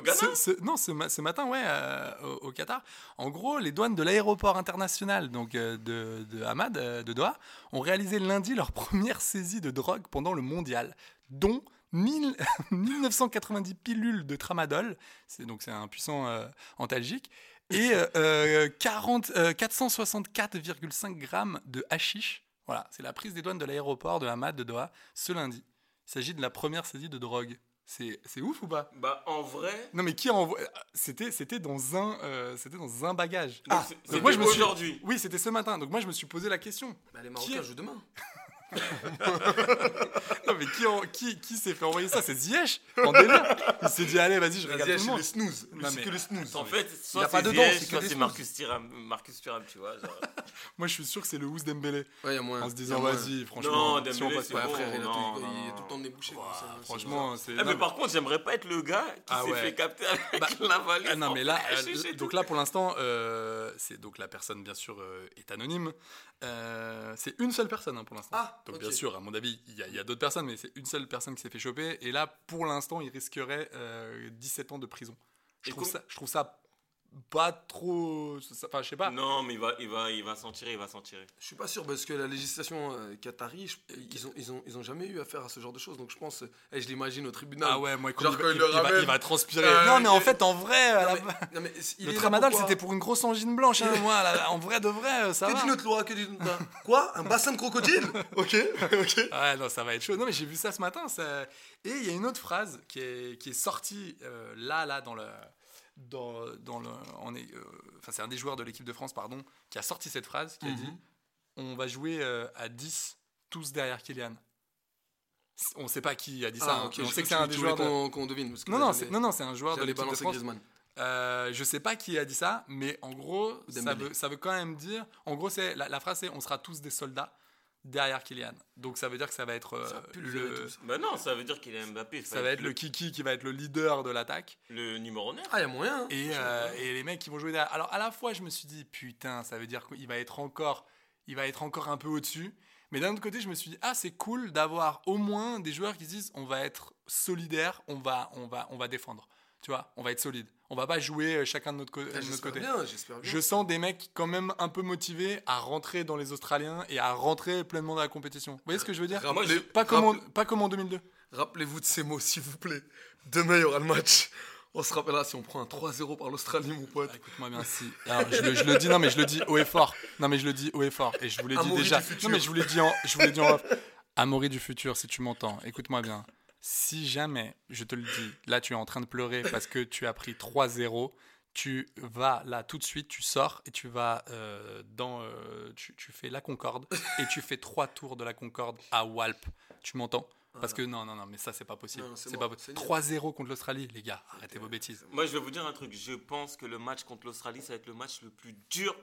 G: (laughs)
H: Ghana
G: ce- ce- non, ce, ma- ce matin, ouais, euh, au, au Qatar. En gros, les douanes de l'aéroport international donc, euh, de, de Hamad, euh, de Doha, ont réalisé lundi leur (laughs) première saisie de drogue pendant le mondial, dont (laughs) 1000 1990 pilules de tramadol, c'est donc c'est un puissant euh, antalgique, et euh, euh, 40, euh, 464,5 grammes de hashish. Voilà, c'est la prise des douanes de l'aéroport de Hamad de Doha ce lundi. Il s'agit de la première saisie de drogue. C'est c'est ouf ou pas
H: Bah, en vrai...
G: non mais qui envoie C'était c'était dans un euh, c'était dans un bagage.
H: Donc, c'est-
G: donc moi,
H: Ah, c'était
G: je me suis-
H: aujourd'hui.
G: Oui, c'était ce matin. Donc moi je me suis posé la question.
I: Bah, les
G: Qui
I: Marocains
G: est-
I: jouent demain.
G: Non mais qui en- qui qui s'est fait envoyer ça C'est Ziyech en délire. Il s'est dit allez vas-y je regarde tout le monde.
I: snooze. Lui,
G: Non,
I: c'est
G: mais-
I: que le snooze.
H: En fait,
I: Il y
H: soit
I: a pas
H: c'est
I: de
H: Ziyech,
I: danse, c'est que
H: soit
I: des
H: c'est
I: snooze.
H: Marcus Thuram, Marcus Thuram, tu vois. genre.
G: Moi je suis sûr que c'est le Ous Dembélé
I: Ouais, y a moyen.
G: en se
I: Y
G: disant
I: a moyen.
G: vas-y franchement.
H: Non,
G: si
H: Dembélé,
G: on passe
H: c'est
G: pas
I: Ouais,
H: bon.
G: après.
I: frère, il a
H: non,
I: tout- il
H: non,
I: est tout le temps débouché. quoi, ça- ça-
G: Franchement c'est.
H: Eh,
G: non,
H: mais par contre, j'aimerais pas être le gars qui
G: Ah
H: s'est
G: ouais.
H: fait capter avec
G: Bah,
H: la valise.
G: Ah non,
H: en
G: mais là,
H: flash et
G: euh,
H: j'ai
G: donc
H: tout.
G: là pour l'instant, euh, c'est donc la personne bien sûr euh, est anonyme. Euh, c'est une seule personne hein, pour l'instant.
I: Ah,
G: donc
I: ok.
G: bien sûr, à mon avis, il y a, il y a d'autres personnes, mais c'est une seule personne qui s'est fait choper. Et là, pour l'instant, il risquerait euh, 17 ans de prison. Je
H: Et
G: trouve,
H: com-
G: ça, je trouve ça pas trop. ça- ça- Enfin, je sais pas.
H: Non, mais il va, il va, il va s'en tirer, il va s'en tirer.
I: Je suis pas sûr parce que la législation euh, qatari, je- ils, ont, ils, ont, ils ont jamais eu affaire à ce genre de choses. Donc je pense, euh, eh, je l'imagine au tribunal.
G: Ah ouais, moi, quand
I: Genre
G: il, va,
I: quand
G: il
I: il le
G: va- il va-
I: ramène.
G: il va transpirer.
I: Euh,
G: non, mais en
I: il-
G: fait, en vrai, à la-
I: Non, mais- non, mais il
G: le
I: est là
G: tramadol,
I: pourquoi
G: c'était pour une grosse angine blanche.
I: (laughs)
G: hein, moi, là, là, en vrai, de vrai, euh, ça
I: Que
G: va.
I: du notre loi, que du bah, Quoi Un bassin
G: (laughs)
I: de crocodile Ok, ok.
G: Ah non, ça va être chaud. Non, mais j'ai vu ça ce matin. ça- Et il y a une autre phrase qui est, qui est sortie euh, là, là, dans le. Dans, dans le on est, euh, enfin, c'est un des joueurs de l'équipe de France, pardon, qui a sorti cette phrase, qui a
I: Mm-hmm.
G: dit On va jouer euh, à 10, tous derrière Kylian. C- On sait pas qui a dit ça.
I: Ah,
G: hein,
I: ok,
G: mais on
I: je
G: sait
I: crois
G: que c'est un
I: tu
G: des joueurs
I: voulais
G: de.
I: qu'on qu'on devine. parce que
G: Non,
I: là,
G: non,
I: j'allais-
G: c'est, non, non, c'est un joueur de
I: j'allais
G: l'équipe de
I: balancer
G: France.
I: Griezmann.
G: Euh, je sais pas qui a dit ça, mais en gros, ça
I: Dembélé.
G: veut, ça veut quand même dire. En gros, c'est la, la phrase c'est on sera tous des soldats derrière Kylian. Donc ça veut dire que ça va être euh,
I: Ça pue le verre et
G: le,
I: tout, ça.
G: ça.
H: Bah non, ça veut dire qu'il est Mbappé.
G: va être le Kiki qui va être le leader de l'attaque.
H: le numéro 9.
I: Ah, y a moyen. hein.
G: Et, euh, et les mecs qui vont jouer derrière. Alors à la fois, je me suis dit putain, ça veut dire qu'il va être encore, il va être encore un peu au-dessus. Mais d'un autre côté, je me suis dit ah c'est cool d'avoir au moins des joueurs qui se disent on va être solidaire, on va, on va, on va défendre. Tu vois, on va être solide. On va pas jouer euh, chacun de notre, co- de
I: Ah,
G: notre
I: J'espère
G: côté.
I: bien, j'espère bien.
G: Je sens des mecs quand même un peu motivés à rentrer dans les Australiens et à rentrer pleinement dans la compétition. Vous voyez ce que je veux dire
I: Rappelez-
G: pas, comme en,
I: rappelez-
G: pas comme en 2002.
I: Rappelez-vous de ces mots, s'il vous plaît. Demain, il y aura le match. On se rappellera si on prend un 3-0 par l'Australie, mon pote.
G: Ah, Écoute-moi bien, si. Alors, je, le, je le dis, non mais je le dis haut et fort. Non mais je le dis haut et fort. Et je vous l'ai dit
I: Amaury
G: déjà.
I: du futur.
G: Non mais je vous l'ai dit en, je vous l'ai dit en off. Amaury du futur, si tu m'entends, écoute-moi bien. Si jamais, je te le dis, là tu es en train de pleurer parce que tu as pris 3-0, tu vas là tout de suite, tu sors et tu vas euh, dans, euh, tu, tu fais la Concorde et tu fais trois tours de la Concorde à Walp. Tu m'entends Parce que non, non, non, mais ça c'est pas possible.
I: Non, non, c'est
G: C'est pas
I: mort,
G: possible.
I: c'est nul.
G: 3-0 contre l'Australie, les gars, arrêtez vos bêtises.
H: Moi, je vais vous dire un truc. Je pense que le match contre l'Australie, ça va être le match le plus dur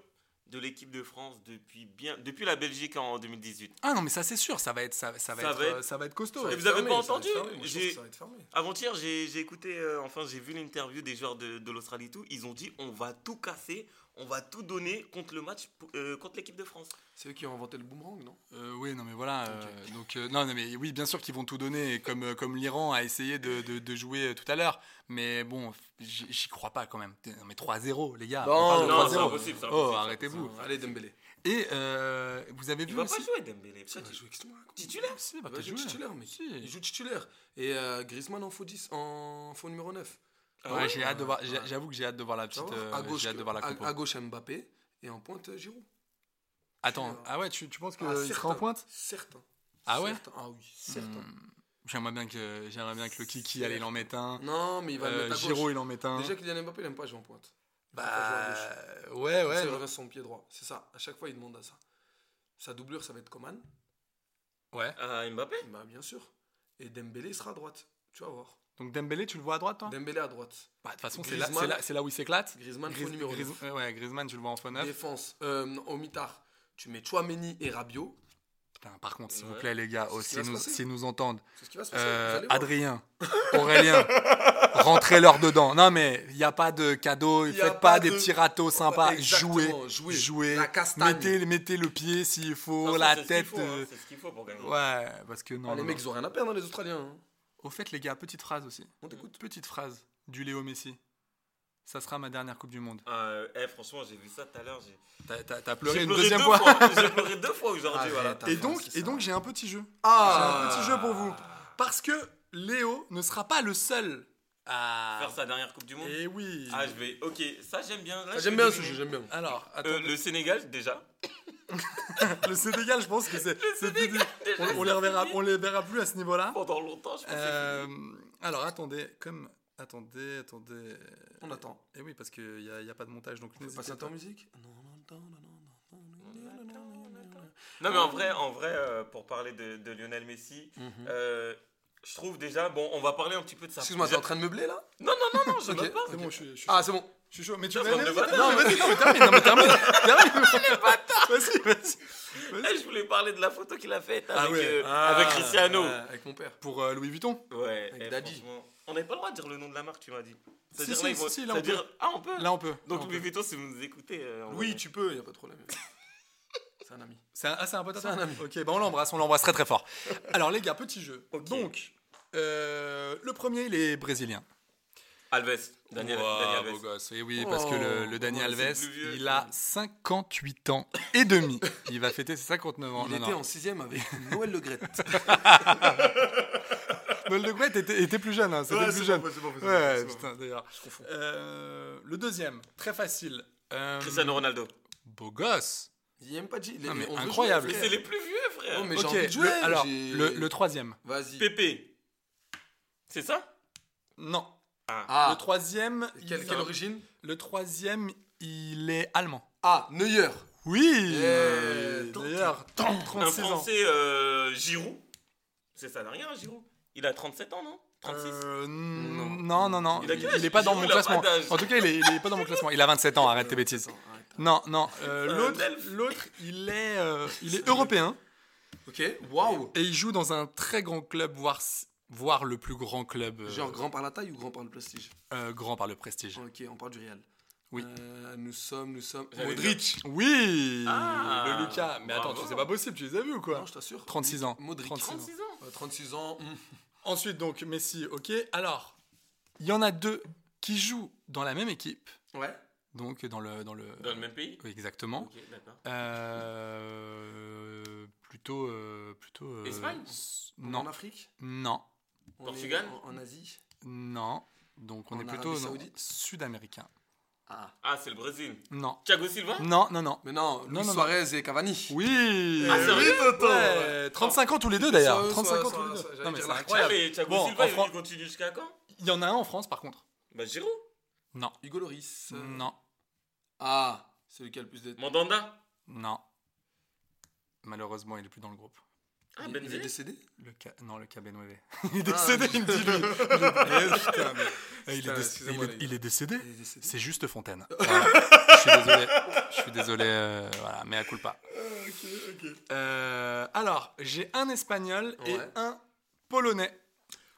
H: de l'équipe de France depuis bien depuis la Belgique en 2018.
G: Ah non, mais ça c'est sûr, ça va être, ça, ça va
H: Ça
G: être,
H: va être-
G: euh, ça va être costaud.
I: Ça
H: Et
I: va
H: vous
I: être
H: avez
I: fermé,
H: pas
I: ça va être
H: entendu
I: fermé. Moi, je pense
H: J'ai-
I: que ça va être fermé.
H: Avant-hier, j'ai j'ai écouté, euh, enfin, j'ai vu l'interview des joueurs de, de l'Australie et tout. Ils ont dit on va tout casser, on va tout donner contre le match, pour- euh, contre l'équipe de France.
I: C'est eux qui ont inventé le boomerang, non
G: Euh, oui, non, mais voilà. euh, donc, euh, non, non, mais oui, bien sûr qu'ils vont tout donner, et comme, euh, comme l'Iran a essayé de, de- de jouer euh, tout à l'heure. Mais bon, j'y j'y crois pas quand même. Non, mais 3-0, les gars. on
I: Non,
G: parle de
I: non,
G: 3-0.
H: c'est impossible, c'est
G: Oh,
H: impossible.
G: arrêtez-vous.
I: Allez, Dembélé.
G: Et euh, vous avez
H: Il
G: vu
H: va
G: aussi-
H: pas jouer Dembélé.
I: Il
H: Pourquoi
I: va
H: tu-
I: jouer extrêmement raconte.
H: Titulaire
G: Si, bah, il va
I: Il
G: pas
I: va jouer
G: jouer.
I: bah, titulaire, mais
G: hein. Si.
I: il joue titulaire. Et euh, Griezmann en faux 10, en faux numéro 9.
G: Ah Ouais, j'ai hâte de voir. j'ai- J'avoue que j'ai hâte de voir la
I: Tu vas
G: petite.
I: voir,
G: euh,
I: Ah à, gauche,
G: j'ai hâte de voir la
I: à-
G: compo.
I: à gauche, Mbappé et en pointe euh, Giroud.
G: Attends. Ah ouais, tu, tu penses qu'il
I: Ah,
G: sera en
I: certain,
G: pointe
I: Certain.
G: Ah ouais
I: Certain. Ah oui, certain.
G: J'aimerais bien que, j'aimerais bien que le Kiki, allez, il en mette un.
I: Non, mais il va le
G: Euh,
I: mettre à
G: Giroud,
I: gauche.
G: il en met un.
I: Déjà, Kylian Mbappé, il aime pas jouer en pointe. Il préfère
G: Bah,
I: jouer à gauche. Ah,
G: ouais,
I: Comme
G: ouais,
I: ça, il
G: non.
I: revient sur son pied droit. C'est ça. À chaque fois, il demande à ça. Sa doublure, ça va être Coman.
G: Ouais.
H: Euh, Mbappé
I: Bah, bien sûr. Et Dembélé, il sera à droite. Tu vas voir.
G: Donc Dembélé, tu le vois à droite, toi
I: Dembélé à droite.
G: Bah, De toute façon, c'est là,
I: Griezmann-
G: c'est là- c'est là où il s'éclate.
I: Griezmann,
G: Gris-
I: faux numéro
G: Gris-
I: neuf.
G: ouais, ouais, Griezmann, tu le vois en faux neuf.
I: Défense. Euh, non, au mitard, tu mets Chouameni et Rabiot.
G: Putain, par contre, s'il vous
I: Ouais.
G: plaît, les gars,
I: C'est ce
G: oh,
I: qui
G: s'ils
I: va se
G: nous,
I: passer.
G: s'ils nous entendent,
I: C'est ce qui va se passer,
G: euh,
I: vous allez voir. (laughs)
G: Adrien, Aurélien, rentrez-leur dedans. Non, mais il n'y a pas de cadeau,
I: Y a
G: faites
I: pas
G: pas, des
I: de-
G: petits râteaux sympas.
I: Exactement,
G: Jouez,
I: jouez.
G: jouez,
I: La castagne.
G: mettez, mettez le pied s'il faut,
H: De toute
G: la
H: façon, c'est
G: tête.
H: ce qu'il faut, hein,
G: euh,
H: C'est ce qu'il faut pour gagner.
G: Ouais, parce que non.
I: Ah, les
G: non,
I: mecs,
G: non.
I: ils ont rien à perdre, hein, les Australiens. hein.
G: Au fait, les gars, petite phrase aussi.
I: On t'écoute.
G: Petite phrase du Léo Messi. Ça sera ma dernière Coupe du Monde.
H: Euh, eh, franchement, j'ai vu ça tout à l'heure. j'ai-
G: T'as- T'as t'as
H: J'ai
G: pleuré une
H: pleuré
G: deuxième
H: deux
G: fois. (laughs)
H: J'ai pleuré deux fois
G: Ah,
H: aujourd'hui.
I: Arrête,
H: Voilà.
I: arrête.
G: Et
I: Enfin,
G: donc,
I: c'est
G: et
I: ça.
G: donc j'ai un petit jeu.
I: Ah.
G: J'ai un petit jeu pour vous. Parce que Léo ne sera pas le seul à
H: Faire sa dernière Coupe du Monde.
G: Et oui.
H: Ah, je vais. Ok, ça j'aime bien. Là,
I: Ah,
H: je
I: j'aime
H: vais
I: bien ce
H: deviner.
I: jeu, j'aime bien.
G: Alors, attends,
H: Euh, le Sénégal, déjà.
G: le Sénégal, je pense que c'est. c'est plus-
H: déjà,
G: on, on les
H: c'est
G: reverra,
H: fini.
G: on les verra plus à ce niveau-là.
H: Pendant longtemps, je pensais.
G: Euh, alors, attendez, comme. Attendez, attendez.
I: On attend.
G: Et oui, parce qu'il n'y a, y a pas de montage, donc
I: On
G: n'hésitez
I: passer un temps en
G: pas. Ah.
I: musique Non, non, non, non, non, non, non, non, non, non, non.
H: Non, mais en vrai, en vrai euh, pour parler de, de Lionel Messi, euh, je trouve déjà. Bon, on va parler un petit peu de sa.
I: Excuse-moi, t'es en train de meubler là
H: Non, non, non, non, je
I: Ok,
H: note pas.
I: c'est
G: Bon, je suis- je suis
I: Ah, c'est bon.
G: Je suis chaud, mais tu
H: Putain, bande de bâtards.
G: Non, mais vas-y, (laughs) non, mais termine, non, mais termine, termine. Vas-y, vas-y.
H: Eh, je voulais parler de la photo qu'il a faite
G: Ah
H: avec,
G: ouais.
H: euh,
G: Ah,
H: avec Cristiano.
I: Ouais, avec mon père.
G: Pour euh, Louis Vuitton.
H: Ouais,
I: Avec
H: eh,
I: Daddy.
H: franchement, On n'avait pas le droit de dire le nom de la marque, tu m'as dit.
G: Si, si,
H: ils
G: si,
H: vont-
G: si, là, on
H: c'est-à-dire- Ah, on peut
G: Là, on peut.
H: Donc,
G: Là, on
H: Louis
G: peut.
H: Vuitton, si vous nous écoutez. euh, en
I: Oui,
H: vrai.
I: tu peux, y a pas de problème. C'est un ami.
G: C'est un, ah, c'est un pote à toi
I: C'est un ami.
G: Ok, bah on l'embrasse, on l'embrasse très très
H: (laughs)
G: fort. Alors les gars, petit jeu.
H: Ok.
G: Donc, euh, le premier, il est brésilien.
H: Alves. Daniel,
G: Ouah,
H: Daniel
G: beau
H: Alves.
G: gosse. Et oui, parce que le, le Dani
H: ouais, c'est
G: Alves,
H: le plus vieux.
G: il a 58 ans et demi. Il va fêter ses 59 ans.
I: Il
G: Oh, Non,
I: était
G: non.
I: en
G: (laughs)
I: 6 avec Noël Le Grette.
G: Noël de Gouette était, était plus jeune. hein, C'était
I: Ouais,
G: plus
I: c'est
G: jeune.
I: pas possible, c'est pas possible,
G: ouais,
I: c'est pas
G: putain, d'ailleurs. Euh, le deuxième, très facile. Euh,
H: Cristiano Ronaldo.
G: Beau gosse.
I: Il aime pas de
G: Non, mais
I: on veut
G: incroyable.
I: jouer,
H: C'est
I: frère.
H: les plus vieux, frère.
I: Non, mais j'ai
G: ok,
I: envie de jouer.
G: le- alors,
I: j'ai-
G: le, le troisième.
I: Vas-y.
H: Pépé. C'est ça
G: Non.
I: Ah,
G: Le troisième.
I: quelle,
G: il-
I: quelle origine
G: Le troisième, il est allemand.
I: Ah, Neuer.
G: Oui
I: Yeah.
G: D'ailleurs,
H: Un
G: 36 ans.
H: Français, euh, Giroud. C'est ça, n'a rien, Giroud. Il a 37 ans, non 36
G: Euh, n- non, non, non.
H: Il a
G: Il
H: quel âge
G: n'est pas dans mon
H: Giroud, il a
G: classement.
H: pas d'âge.
G: En tout cas, il est, il est pas dans mon classement. Il a 27 ans, arrête tes bêtises. Non, non. euh,
H: Un
G: l'autre,
H: elfe.
G: l'autre, il est, euh, il est européen
I: Ok, waouh.
G: et il joue dans un très grand club, voire, s- voire le plus grand club, euh,
I: Genre grand par la taille ou grand par le prestige Ah,
G: euh, grand par le prestige.
I: Ok, on parle du Real.
G: Oui.
I: Euh, nous sommes, nous sommes.
H: J'allais
I: Modric.
G: Oui,
H: Ah,
G: le Lucas. Mais attends,
H: bravo.
G: tu- c'est pas possible, tu les as vus ou quoi
I: Non, je t'assure.
G: 36 ans.
I: Modric.
G: 36 ans.
H: 36 ans.
I: Euh, 36 ans. hmm.
G: Ensuite, donc, Messi, ok. Alors, il y en a deux qui jouent dans la même équipe,
I: Ouais.
G: donc dans le... Dans le,
H: Dans le même pays
G: Oui, exactement.
H: Ok, d'accord.
G: Euh, plutôt... euh, plutôt euh,
H: Espagne
G: s-
I: On est
G: Non.
I: En Afrique
G: Non.
I: On est
H: Portugal
I: en, en Asie
G: Non. Donc, on
I: En
G: est
I: Arabie
G: plutôt non,
I: Saoudite
G: sud-américain.
I: Ah.
H: Ah, c'est le Brésil.
G: Non.
H: Thiago Silva
G: Non, non, non.
I: Mais non, Luis
G: non, non.
I: Suarez et Cavani.
G: Oui
H: Ah,
G: Euh,
H: sérieux
G: oui, ouais. 35 ans tous les deux, d'ailleurs.
I: Soit-
G: 35 ans tous les
I: soit- soit-
G: deux.
I: j'allais
G: Non, mais
I: dire
G: c'est
I: la-
H: Ah,
G: incroyable.
H: mais Thiago
G: Bon,
H: Silva,
G: en
H: il-
G: Fran-
H: il continue jusqu'à quand
G: il y en a un en France, par contre.
H: Bah, Giroud.
G: Non.
I: Hugo Loris. euh,
G: Non.
I: Ah, c'est lequel le plus d'être.
H: Mandanda.
G: Non. Malheureusement, il est plus dans le groupe.
H: Ah,
G: Ben
I: Il- Il est
H: Benzema.
I: décédé
G: Le K- Non, le KB9. (laughs) Il est décédé, il me dit lui. Putain, mais-
I: (laughs)
G: Eh, il, est
I: Ah, Putain,
G: déc-
I: excusez-moi,
G: il est-
I: les gars.
G: il est décédé
I: Il est décédé.
G: C'est juste Fontaine. (laughs) Voilà. Je suis désolé. Je suis désolé. euh, voilà, mais à coup pas.
I: Ah,
G: Euh, alors, j'ai un espagnol et
I: Ouais.
G: un polonais.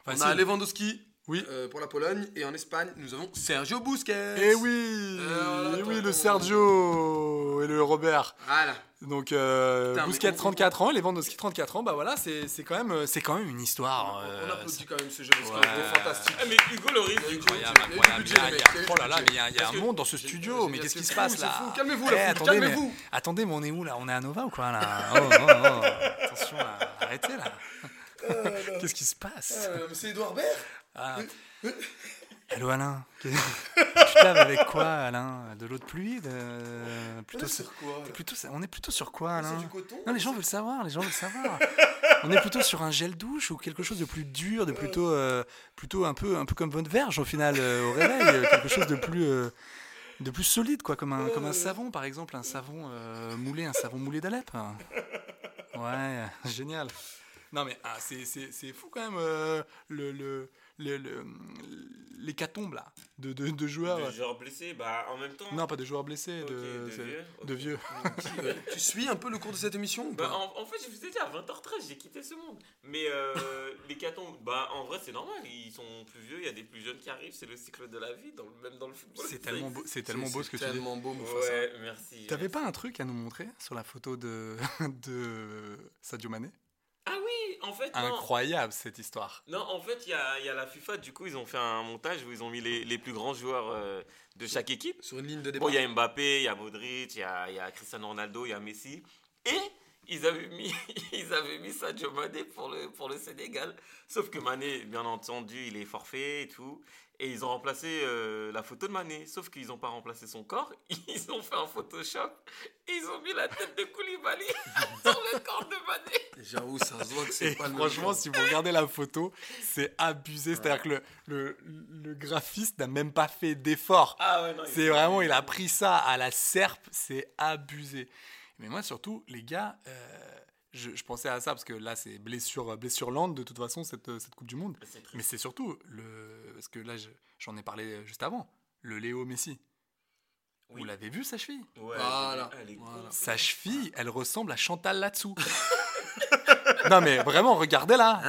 I: On
G: Facile.
I: a Lewandowski.
G: Oui.
I: euh, pour la Pologne. Et en Espagne, nous avons Sergio Busquets.
G: Eh oui,
I: Euh,
G: eh oui,
I: attends.
G: le Sergio et le Robert.
I: Voilà.
G: Donc euh,
I: Putain, mais
G: Busquets
I: on-
G: 34 ans, Lewandowski 34 ans. Bah voilà, c'est c'est quand même euh, c'est quand même une histoire.
I: On
G: euh,
I: applaudit quand même ce jeu parce que
G: Ouais.
I: c'est fantastique.
H: Ah, mais Hugo Loris, du coup.
G: Incroyable,
I: Il y a eu du
G: incroyable.
I: budget, les
G: Il y a-
I: mecs, il y a eu du
G: Oh là là,
I: budget.
G: mais il y a, il y a un
I: que-
G: monde dans ce
I: j'ai-
G: studio.
I: j'ai-
G: Mais
I: j'ai-
G: qu'est-ce qui se
I: c'est
G: passe
I: fou,
G: là
I: c'est fou. Calmez-vous, la
G: Eh,
I: foule,
G: attendez, mais-
I: calmez-vous.
G: Attendez, mais on est où là On est à Nova ou quoi
I: (laughs)
G: là Oh, oh, oh, Attention, là. arrêtez
I: Oh
G: là. Qu'est-ce qui se passe
I: Euh, C'est Edouard Baird
G: Ah. Allô Alain qu'est- Tu te laves avec quoi Alain De l'eau de pluie de...
I: On est sur quoi, là
G: plutôt, On est plutôt sur quoi Alain
I: sur du coton,
G: Non les gens veulent savoir, les gens veulent
I: (laughs)
G: savoir. on est plutôt sur un gel douche ou quelque chose de plus dur, de plutôt, euh, plutôt un, peu, un peu comme votre verge au final euh, au réveil, euh, quelque chose de plus... euh, de plus solide, quoi, comme un, comme un savon, par exemple, un savon euh, moulé, un savon moulé d'Alep. Ouais, génial. Non, mais ah, c'est- c'est c'est fou quand même, euh, le, le, le, le- l'hécatombe, là, de, de, de joueurs.
H: De genre blessé, bah en même temps.
G: Non, pas de joueurs blessés, de,
H: Ok, de
G: c'est-
H: vieux,
G: de
H: ok.
G: vieux.
I: Tu suis un peu le cours de cette émission ou pas
H: Bah, en, en fait, je vous ai dit à 20h13, j'ai quitté ce monde. Mais euh, les catons, bah en vrai, c'est normal. Ils sont plus vieux, il y a des plus jeunes qui arrivent, c'est le cycle de la vie, dans le- même dans le football.
G: C'est
H: ça
G: tellement beau,
H: existe.
G: c'est tellement beau ce que tu dis.
I: tellement beau, Mufasa.
H: Ouais, merci.
G: T'avais
H: merci.
G: pas un truc à nous montrer sur la photo de, (laughs) de Sadio Mané
H: Ah oui, en fait, non.
G: Incroyable cette histoire.
H: Non, en fait, il y a, il y a la FIFA, du coup, ils ont fait un montage où ils ont mis les, les plus grands joueurs euh, de chaque équipe.
I: Sur une ligne de
H: Bon,
I: départ.
H: il y a Mbappé, il y a Modric, il y a, il y a Cristiano Ronaldo, il y a Messi. Et ils avaient mis, (laughs) ils avaient mis Sadio Mané pour le, pour le Sénégal. Sauf que Mané, bien entendu, il est forfait et tout. Et ils ont remplacé euh, la photo de Mané. Sauf qu'ils n'ont pas remplacé son corps. (laughs) Ils ont fait un Photoshop. Et ils ont mis la tête de Koulibaly sur le corps de Mané.
I: J'avoue, ça se voit
G: Oh, (laughs)
I: que
G: Et
I: c'est pas le même
G: franchement,
I: joueur.
G: si vous regardez la photo, c'est abusé. C'est-à-dire que le, le, le graphiste n'a même pas fait d'effort.
H: Ah ouais, non, il-
G: c'est vraiment, il a pris ça à la serpe, c'est abusé. Mais moi, surtout, les gars, euh, je, je pensais à ça parce que là, c'est blessure, euh, blessure lente de toute façon, cette, euh, cette Coupe du Monde. Mais c'est surtout, le, parce que là, je- j'en ai parlé euh, juste avant, le Léo Messi. Vous l'avez vu, sa cheville
H: Ah Ouais,
I: Voilà.
H: elle est- elle est
I: Voilà.
G: sa cheville, elle ressemble à Chantal Latsou. (laughs) non mais vraiment, regardez-la.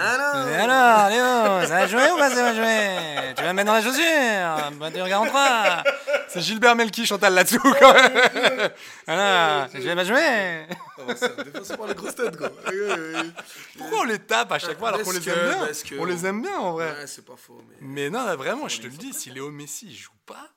G: Mais alors, Léo, ça va jouer ou pas ça va jouer Tu vas me mettre dans la chaussure bah, Tu regardes en trois. C'est Gilbert Melki, Chantal Latsou quand même. (laughs) Alors, je vais pas jouer.
I: Ah bah, ça défonce pas les grosses
G: (laughs)
I: têtes, quoi. Ouais, ouais, ouais.
G: Pourquoi on les tape à chaque fois alors qu'on
I: Parce
G: les aime
I: que-
G: bien
I: parce que-
G: On les aime bien en vrai.
I: Ouais, c'est pas faux, mais. euh,
G: Mais non, là, vraiment, je te le dis, si Léo Messi joue pas,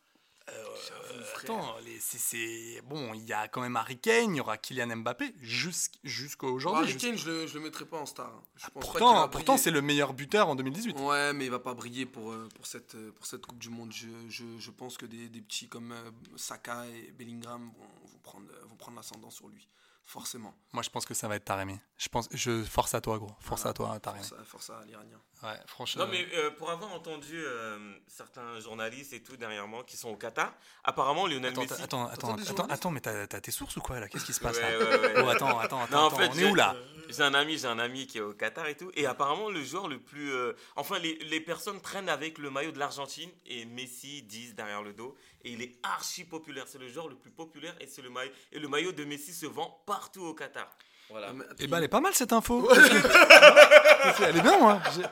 I: J'avoue, frère.
G: attends, les- c'est- c'est bon, il y a quand même Harry Kane, il y aura Kylian Mbappé jusqu'- jusqu'à
I: Bon,
G: aujourd'hui.
I: Bah, Harry
G: jusqu'à-
I: Kane, je le, je le mettrai pas en star. hein. Je pense pas qu'il
G: Pourtant,
I: va
G: pourtant c'est
I: briller.
G: le meilleur buteur en 2018.
I: Ouais, mais il va pas briller pour, euh, pour, cette, euh, pour cette Coupe du Monde. Je, je, je pense que des, des petits comme euh, Saka et Bellingham vont, vont prendre, euh, vont prendre l'ascendant sur lui. Forcément.
G: Moi, je pense que ça va être Taremi. Je pense, je force à toi, gros. Force à toi, Taremi.
I: Force à, force à l'Iranien.
G: Ouais, franchement.
H: Non, mais euh, pour avoir entendu euh, certains journalistes et tout dernièrement qui sont au Qatar, apparemment Lionel
G: Attends,
H: Messi.
G: attends, attends,
I: des
G: attends,
I: journalistes
G: attends, mais t'as t'as tes sources ou quoi là Qu'est-ce qui se passe
H: Ouais,
G: là
H: ouais, ouais.
G: Oh, attends, attends, attends,
H: Non, en
G: attends,
H: fait,
G: on
H: j'ai- euh,
G: est où
I: (laughs)
G: là
H: J'ai un ami, j'ai un ami qui est au Qatar et tout, et apparemment le joueur le plus, euh, enfin les, les personnes traînent avec le maillot de l'Argentine et Messi 10 derrière le dos et il est archi populaire, c'est le joueur le plus populaire et c'est le maillot et le maillot de Messi se vend partout au Qatar. Voilà.
I: Ah, mais-
G: Eh ben, elle est pas mal cette info.
I: (laughs)
G: elle est bien, moi. J'ai-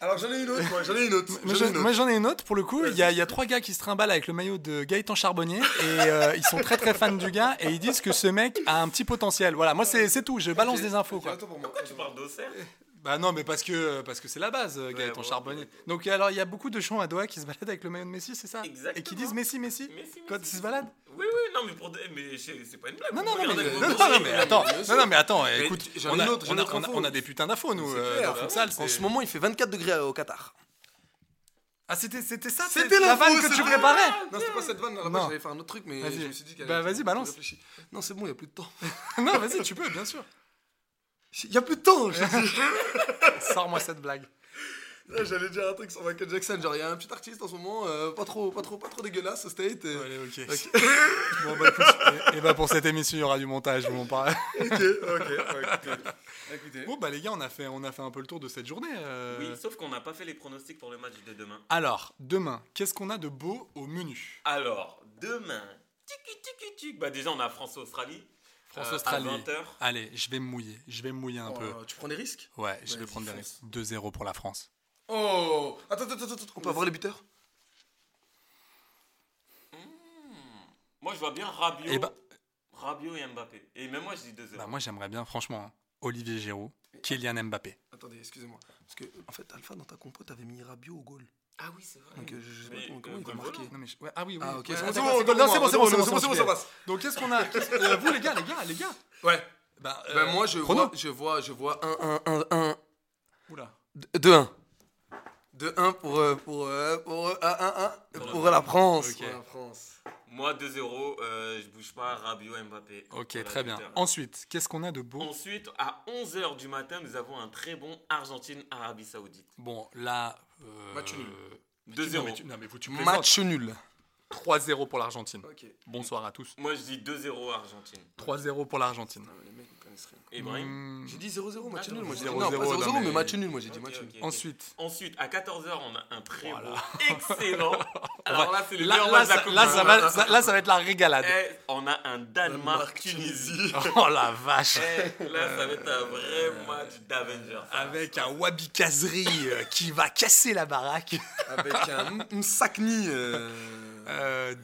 I: Alors j'en ai une autre, (laughs) moi, j'en ai une autre.
G: Moi,
I: J'en ai
G: j'en-
I: une
G: moi,
I: autre.
G: j'en ai une autre pour le coup. Il y, a- il y a trois gars qui se trimballent avec le maillot de Gaëtan Charbonnier et euh, ils sont très très fans du gars et ils disent que ce mec a un petit potentiel. Voilà, moi c'est c'est tout. Je balance des infos
I: Ok,
G: quoi.
I: attends pour moi.
H: Tu parles d'Auxerre
G: Bah non, mais parce que parce que c'est la base, euh, Gaëtan
H: bon,
G: Charbonnier. Donc euh, alors il y a beaucoup de gens à Doha qui se baladent avec le maillot de Messi, c'est ça Et qui
H: Exactement.
G: disent Messi, Messi,
H: Messi,
G: quand
H: Messi,
G: ils se baladent.
H: Oui, oui, non, mais, pour de- mais c'est c'est pas une blague.
G: Non
H: vous
G: non non mais,
H: regardez
G: non,
H: vos
G: non,
H: dossiers,
G: non, mais
H: là.
G: attends,
I: bien sûr.
G: non non mais attends,
I: Mais
G: écoute,
I: j'en ai
G: on a,
I: une autre, j'en
G: on
I: ai
G: a-
I: autre
G: on a-
I: info.
G: on a des putains d'infos nous
I: C'est
G: euh,
I: clair.
G: dans le futsal,
I: En
G: c'est-
I: ce moment, il fait 24 degrés au Qatar.
G: Ah c'était c'était ça,
I: C'était
G: la
I: l'info,
G: vanne que
I: c'est
G: tu
I: vrai.
G: préparais. (laughs)
I: Non, c'était pas cette vanne, à la
G: Non.
I: base, j'allais faire un autre truc, mais
G: Vas-y.
I: je me suis dit qu'elle
G: Bah,
I: allait-
G: vas-y,
I: j'ai
G: balance.
I: réfléchi. Non, c'est bon, il n'y a plus de temps. (laughs)
G: Non, vas-y, tu peux bien sûr.
I: Il n'y a plus de temps je te dis.
G: Sors-moi cette blague.
I: Là, J'allais dire un truc sur Michael Jackson, genre il y a un petit artiste en ce moment, euh, pas trop, pas trop, pas trop dégueulasse au state. et-
G: Allez,
I: (laughs)
G: ok.
I: Ok.
G: Bon, bah, écoute, et, et bah, pour cette émission, il y aura du montage, vous m'en parlez.
I: Ok, ok, ok. Écoutez.
G: Bon, bah, les gars, on a fait, on a fait un peu le tour de cette journée. euh.
H: Oui, sauf qu'on n'a pas fait les pronostics pour le match de demain.
G: Alors, demain, qu'est-ce qu'on a de beau au menu
H: Alors, demain, tuc, tuc, tuc. Bah déjà, on a France-Australie.
I: Euh,
G: France-Australie.
H: à 20h.
G: Allez, je vais me mouiller. Je vais me mouiller un
I: Oh,
G: peu.
I: tu prends des risques
G: Ouais, je vais
I: vas-y,
G: prendre des
I: fonce.
G: risques. 2-0 pour la France.
I: Oh Attends, attends, attends, attends, on peut avoir les buteurs
H: Moi, je vois bien Rabiot,
G: Et bah,
H: Rabiot et Mbappé. Et même moi, je dis 2-0.
G: bah, moi, j'aimerais bien, franchement, hein, Olivier Giroud, Kylian Mbappé.
I: Attendez, excusez-moi. Parce que, en fait, Alpha, dans ta compo, t'avais mis Rabiot au goal.
H: ah oui, c'est vrai.
I: Donc, euh, je sais pas
H: Mais,
I: comment, comment
H: euh,
I: il va
H: goal
I: marquer.
H: volant.
G: Non, mais je- ouais, ah oui, oui.
I: Ah, ok,
G: Ouais,
I: c'est bon,
G: d'accord,
I: c'est bon,
G: non, c'est
I: c'est
G: bon,
I: bon,
G: c'est bon,
I: c'est bon, c'est bon,
G: ça
I: ça passe.
G: Donc, qu'est-ce qu'on a qu'est-ce- euh, Vous, les gars, les gars, les gars.
I: Ouais.
G: Bah,
I: Ben, moi, je
G: chrono.
I: vois, je vois, je vois 1, 1, 1, 1,
G: Oula.
I: 2, 1. 2-1 pour, euh, pour, euh, pour, euh, ah, ah, ah, pour la France.
G: Ok.
I: Pour la France.
H: Moi, 2-0, euh, je bouge pas, Rabiot, Mbappé.
G: Ok,
H: Voilà,
G: très bien.
H: buteur.
G: Ensuite, qu'est-ce qu'on a de
I: Oh.
G: beau
H: Ensuite, à 11h du matin, nous avons un très bon Argentine-Arabie Saoudite.
G: Bon, là. euh,
I: Match nul.
H: 2-0.
G: Non, mais tu- Non, mais vous, tu plaisantes.
I: Match nul.
G: 3-0 pour l'Argentine.
I: Ok.
G: Bonsoir à tous.
H: Moi, je dis 2-0 Argentine.
G: 3-0 pour l'Argentine.
I: Ah, mais les mecs, ils connaissent rien.
H: Ibrahim
G: Hmm.
I: J'ai dit 0-0, match
H: Attends,
I: nul. Moi, j'ai dit
G: 0-0,
I: non, pas 0-0,
G: non,
I: mais
G: mais-
I: match nul. Moi, j'ai dit
H: Ok,
I: match
H: ok,
I: nul.
H: ok.
G: Ensuite.
H: Ensuite, à 14h, on a un très beau,
G: (laughs)
H: excellent. Alors là, c'est le
G: Là,
H: meilleur
G: là,
H: match de la
G: ça,
H: Coupe
G: là,
H: du
G: ça
H: Monde.
G: va, ça- là, ça va être la régalade.
H: Eh, on a un (laughs) Danemark-Tunisie.
G: Oh la vache
H: Eh, là, ça va être un vrai match d'Avengers.
G: Avec un Wabi Kazri euh, qui va casser la baraque.
I: Avec un Msakni.
G: Euh,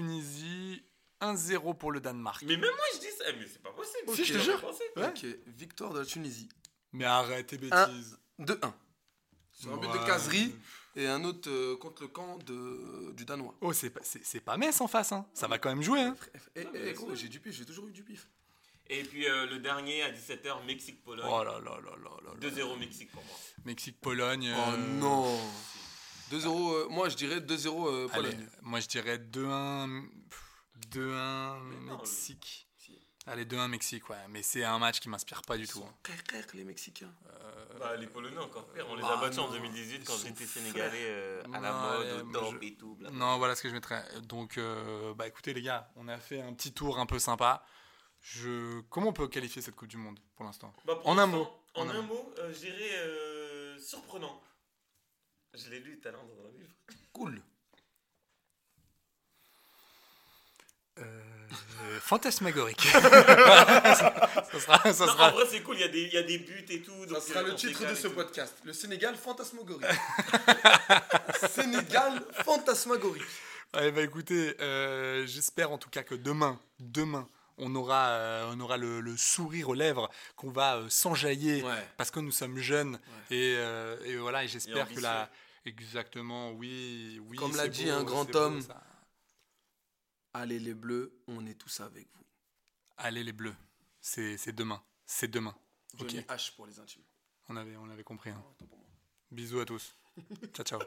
G: Danemark-Tunisie, 1-0 pour le Danemark.
H: Mais même moi, je dis ça, mais c'est pas possible.
I: Si, je te
H: J'aurais
I: jure.
H: pensé.
I: Ok, victoire de la Tunisie.
G: Mais arrête tes
I: Un-
G: bêtises.
I: 2-1. Sur un but de
G: Ouais.
I: Kazri et un autre euh, contre le camp de, du Danois.
G: Oh, c'est pas, c'est, c'est pas Metz en face, hein. ça va quand même jouer. Hein.
I: Eh,
H: mais
I: eh, gros,
H: c'est-
I: j'ai du pif, j'ai toujours eu du pif.
H: Et puis euh, le dernier, à 17h, Mexique-Pologne.
G: Oh là là là là là là.
H: 2-0 Mexique pour moi.
G: Mexique-Pologne.
I: Oh
G: euh,
I: non 2-0, euh, moi je dirais 2-0 euh,
G: allez,
I: Pologne.
G: moi je dirais 2-1. pff, 2-1
H: non,
G: Mexique. Allez, 2-1 Mexique, ouais. Mais c'est un match qui m'inspire pas du tout. hein.
I: Frère, frère, les Mexicains.
H: Bah, les Polonais encore pire. On les
G: bah
H: a battus en
G: non,
H: 2018
G: ils
H: quand
G: sont
H: j'étais
G: faibles.
H: sénégalais euh, à la
G: Non,
H: mode,
G: allez,
H: au
G: moi,
H: top
G: je-
H: et tout. blablabla.
G: Non, voilà ce que je mettrais. Donc, euh, bah écoutez les gars, on a fait un petit tour un peu sympa. Je... Comment on peut qualifier cette Coupe du Monde pour l'instant
H: Bah, pour
G: En un
H: l'instant,
G: mot.
H: En
G: En un
H: un mot, euh, je dirais euh, surprenant. Je l'ai lu tout à l'heure dans un livre.
I: Cool.
G: Euh, (laughs) Fantasmagorique. ça sera, ça
H: Non,
G: sera-
H: En vrai, c'est cool, il y, a des- il y a des buts et tout.
I: Ça
H: donc,
I: sera
H: euh,
I: le
H: on
I: titre
H: s'égale
I: de
H: et
I: ce
H: tout.
I: podcast. Le Sénégal (laughs) fantasmagorique. Sénégal fantasmagorique.
G: Eh ben, écoutez, euh, j'espère en tout cas que demain, demain, on aura, euh, on aura le, le sourire aux lèvres, qu'on va euh, s'enjailler
I: Ouais.
G: parce que nous sommes jeunes et, euh, et voilà. Et
H: Et
G: j'espère que
H: ambitieux.
G: la exactement, oui, oui.
I: Comme l'a
G: c'est
I: dit
G: beau,
I: un grand
G: c'est beau,
I: homme.
G: ça.
I: Allez les bleus, on est tous avec vous.
G: Allez les bleus, c'est c'est demain, c'est demain.
I: Johnny
G: Ok.
I: H pour les intimes.
G: On avait, on avait compris. hein. Bisous à tous. ciao ciao.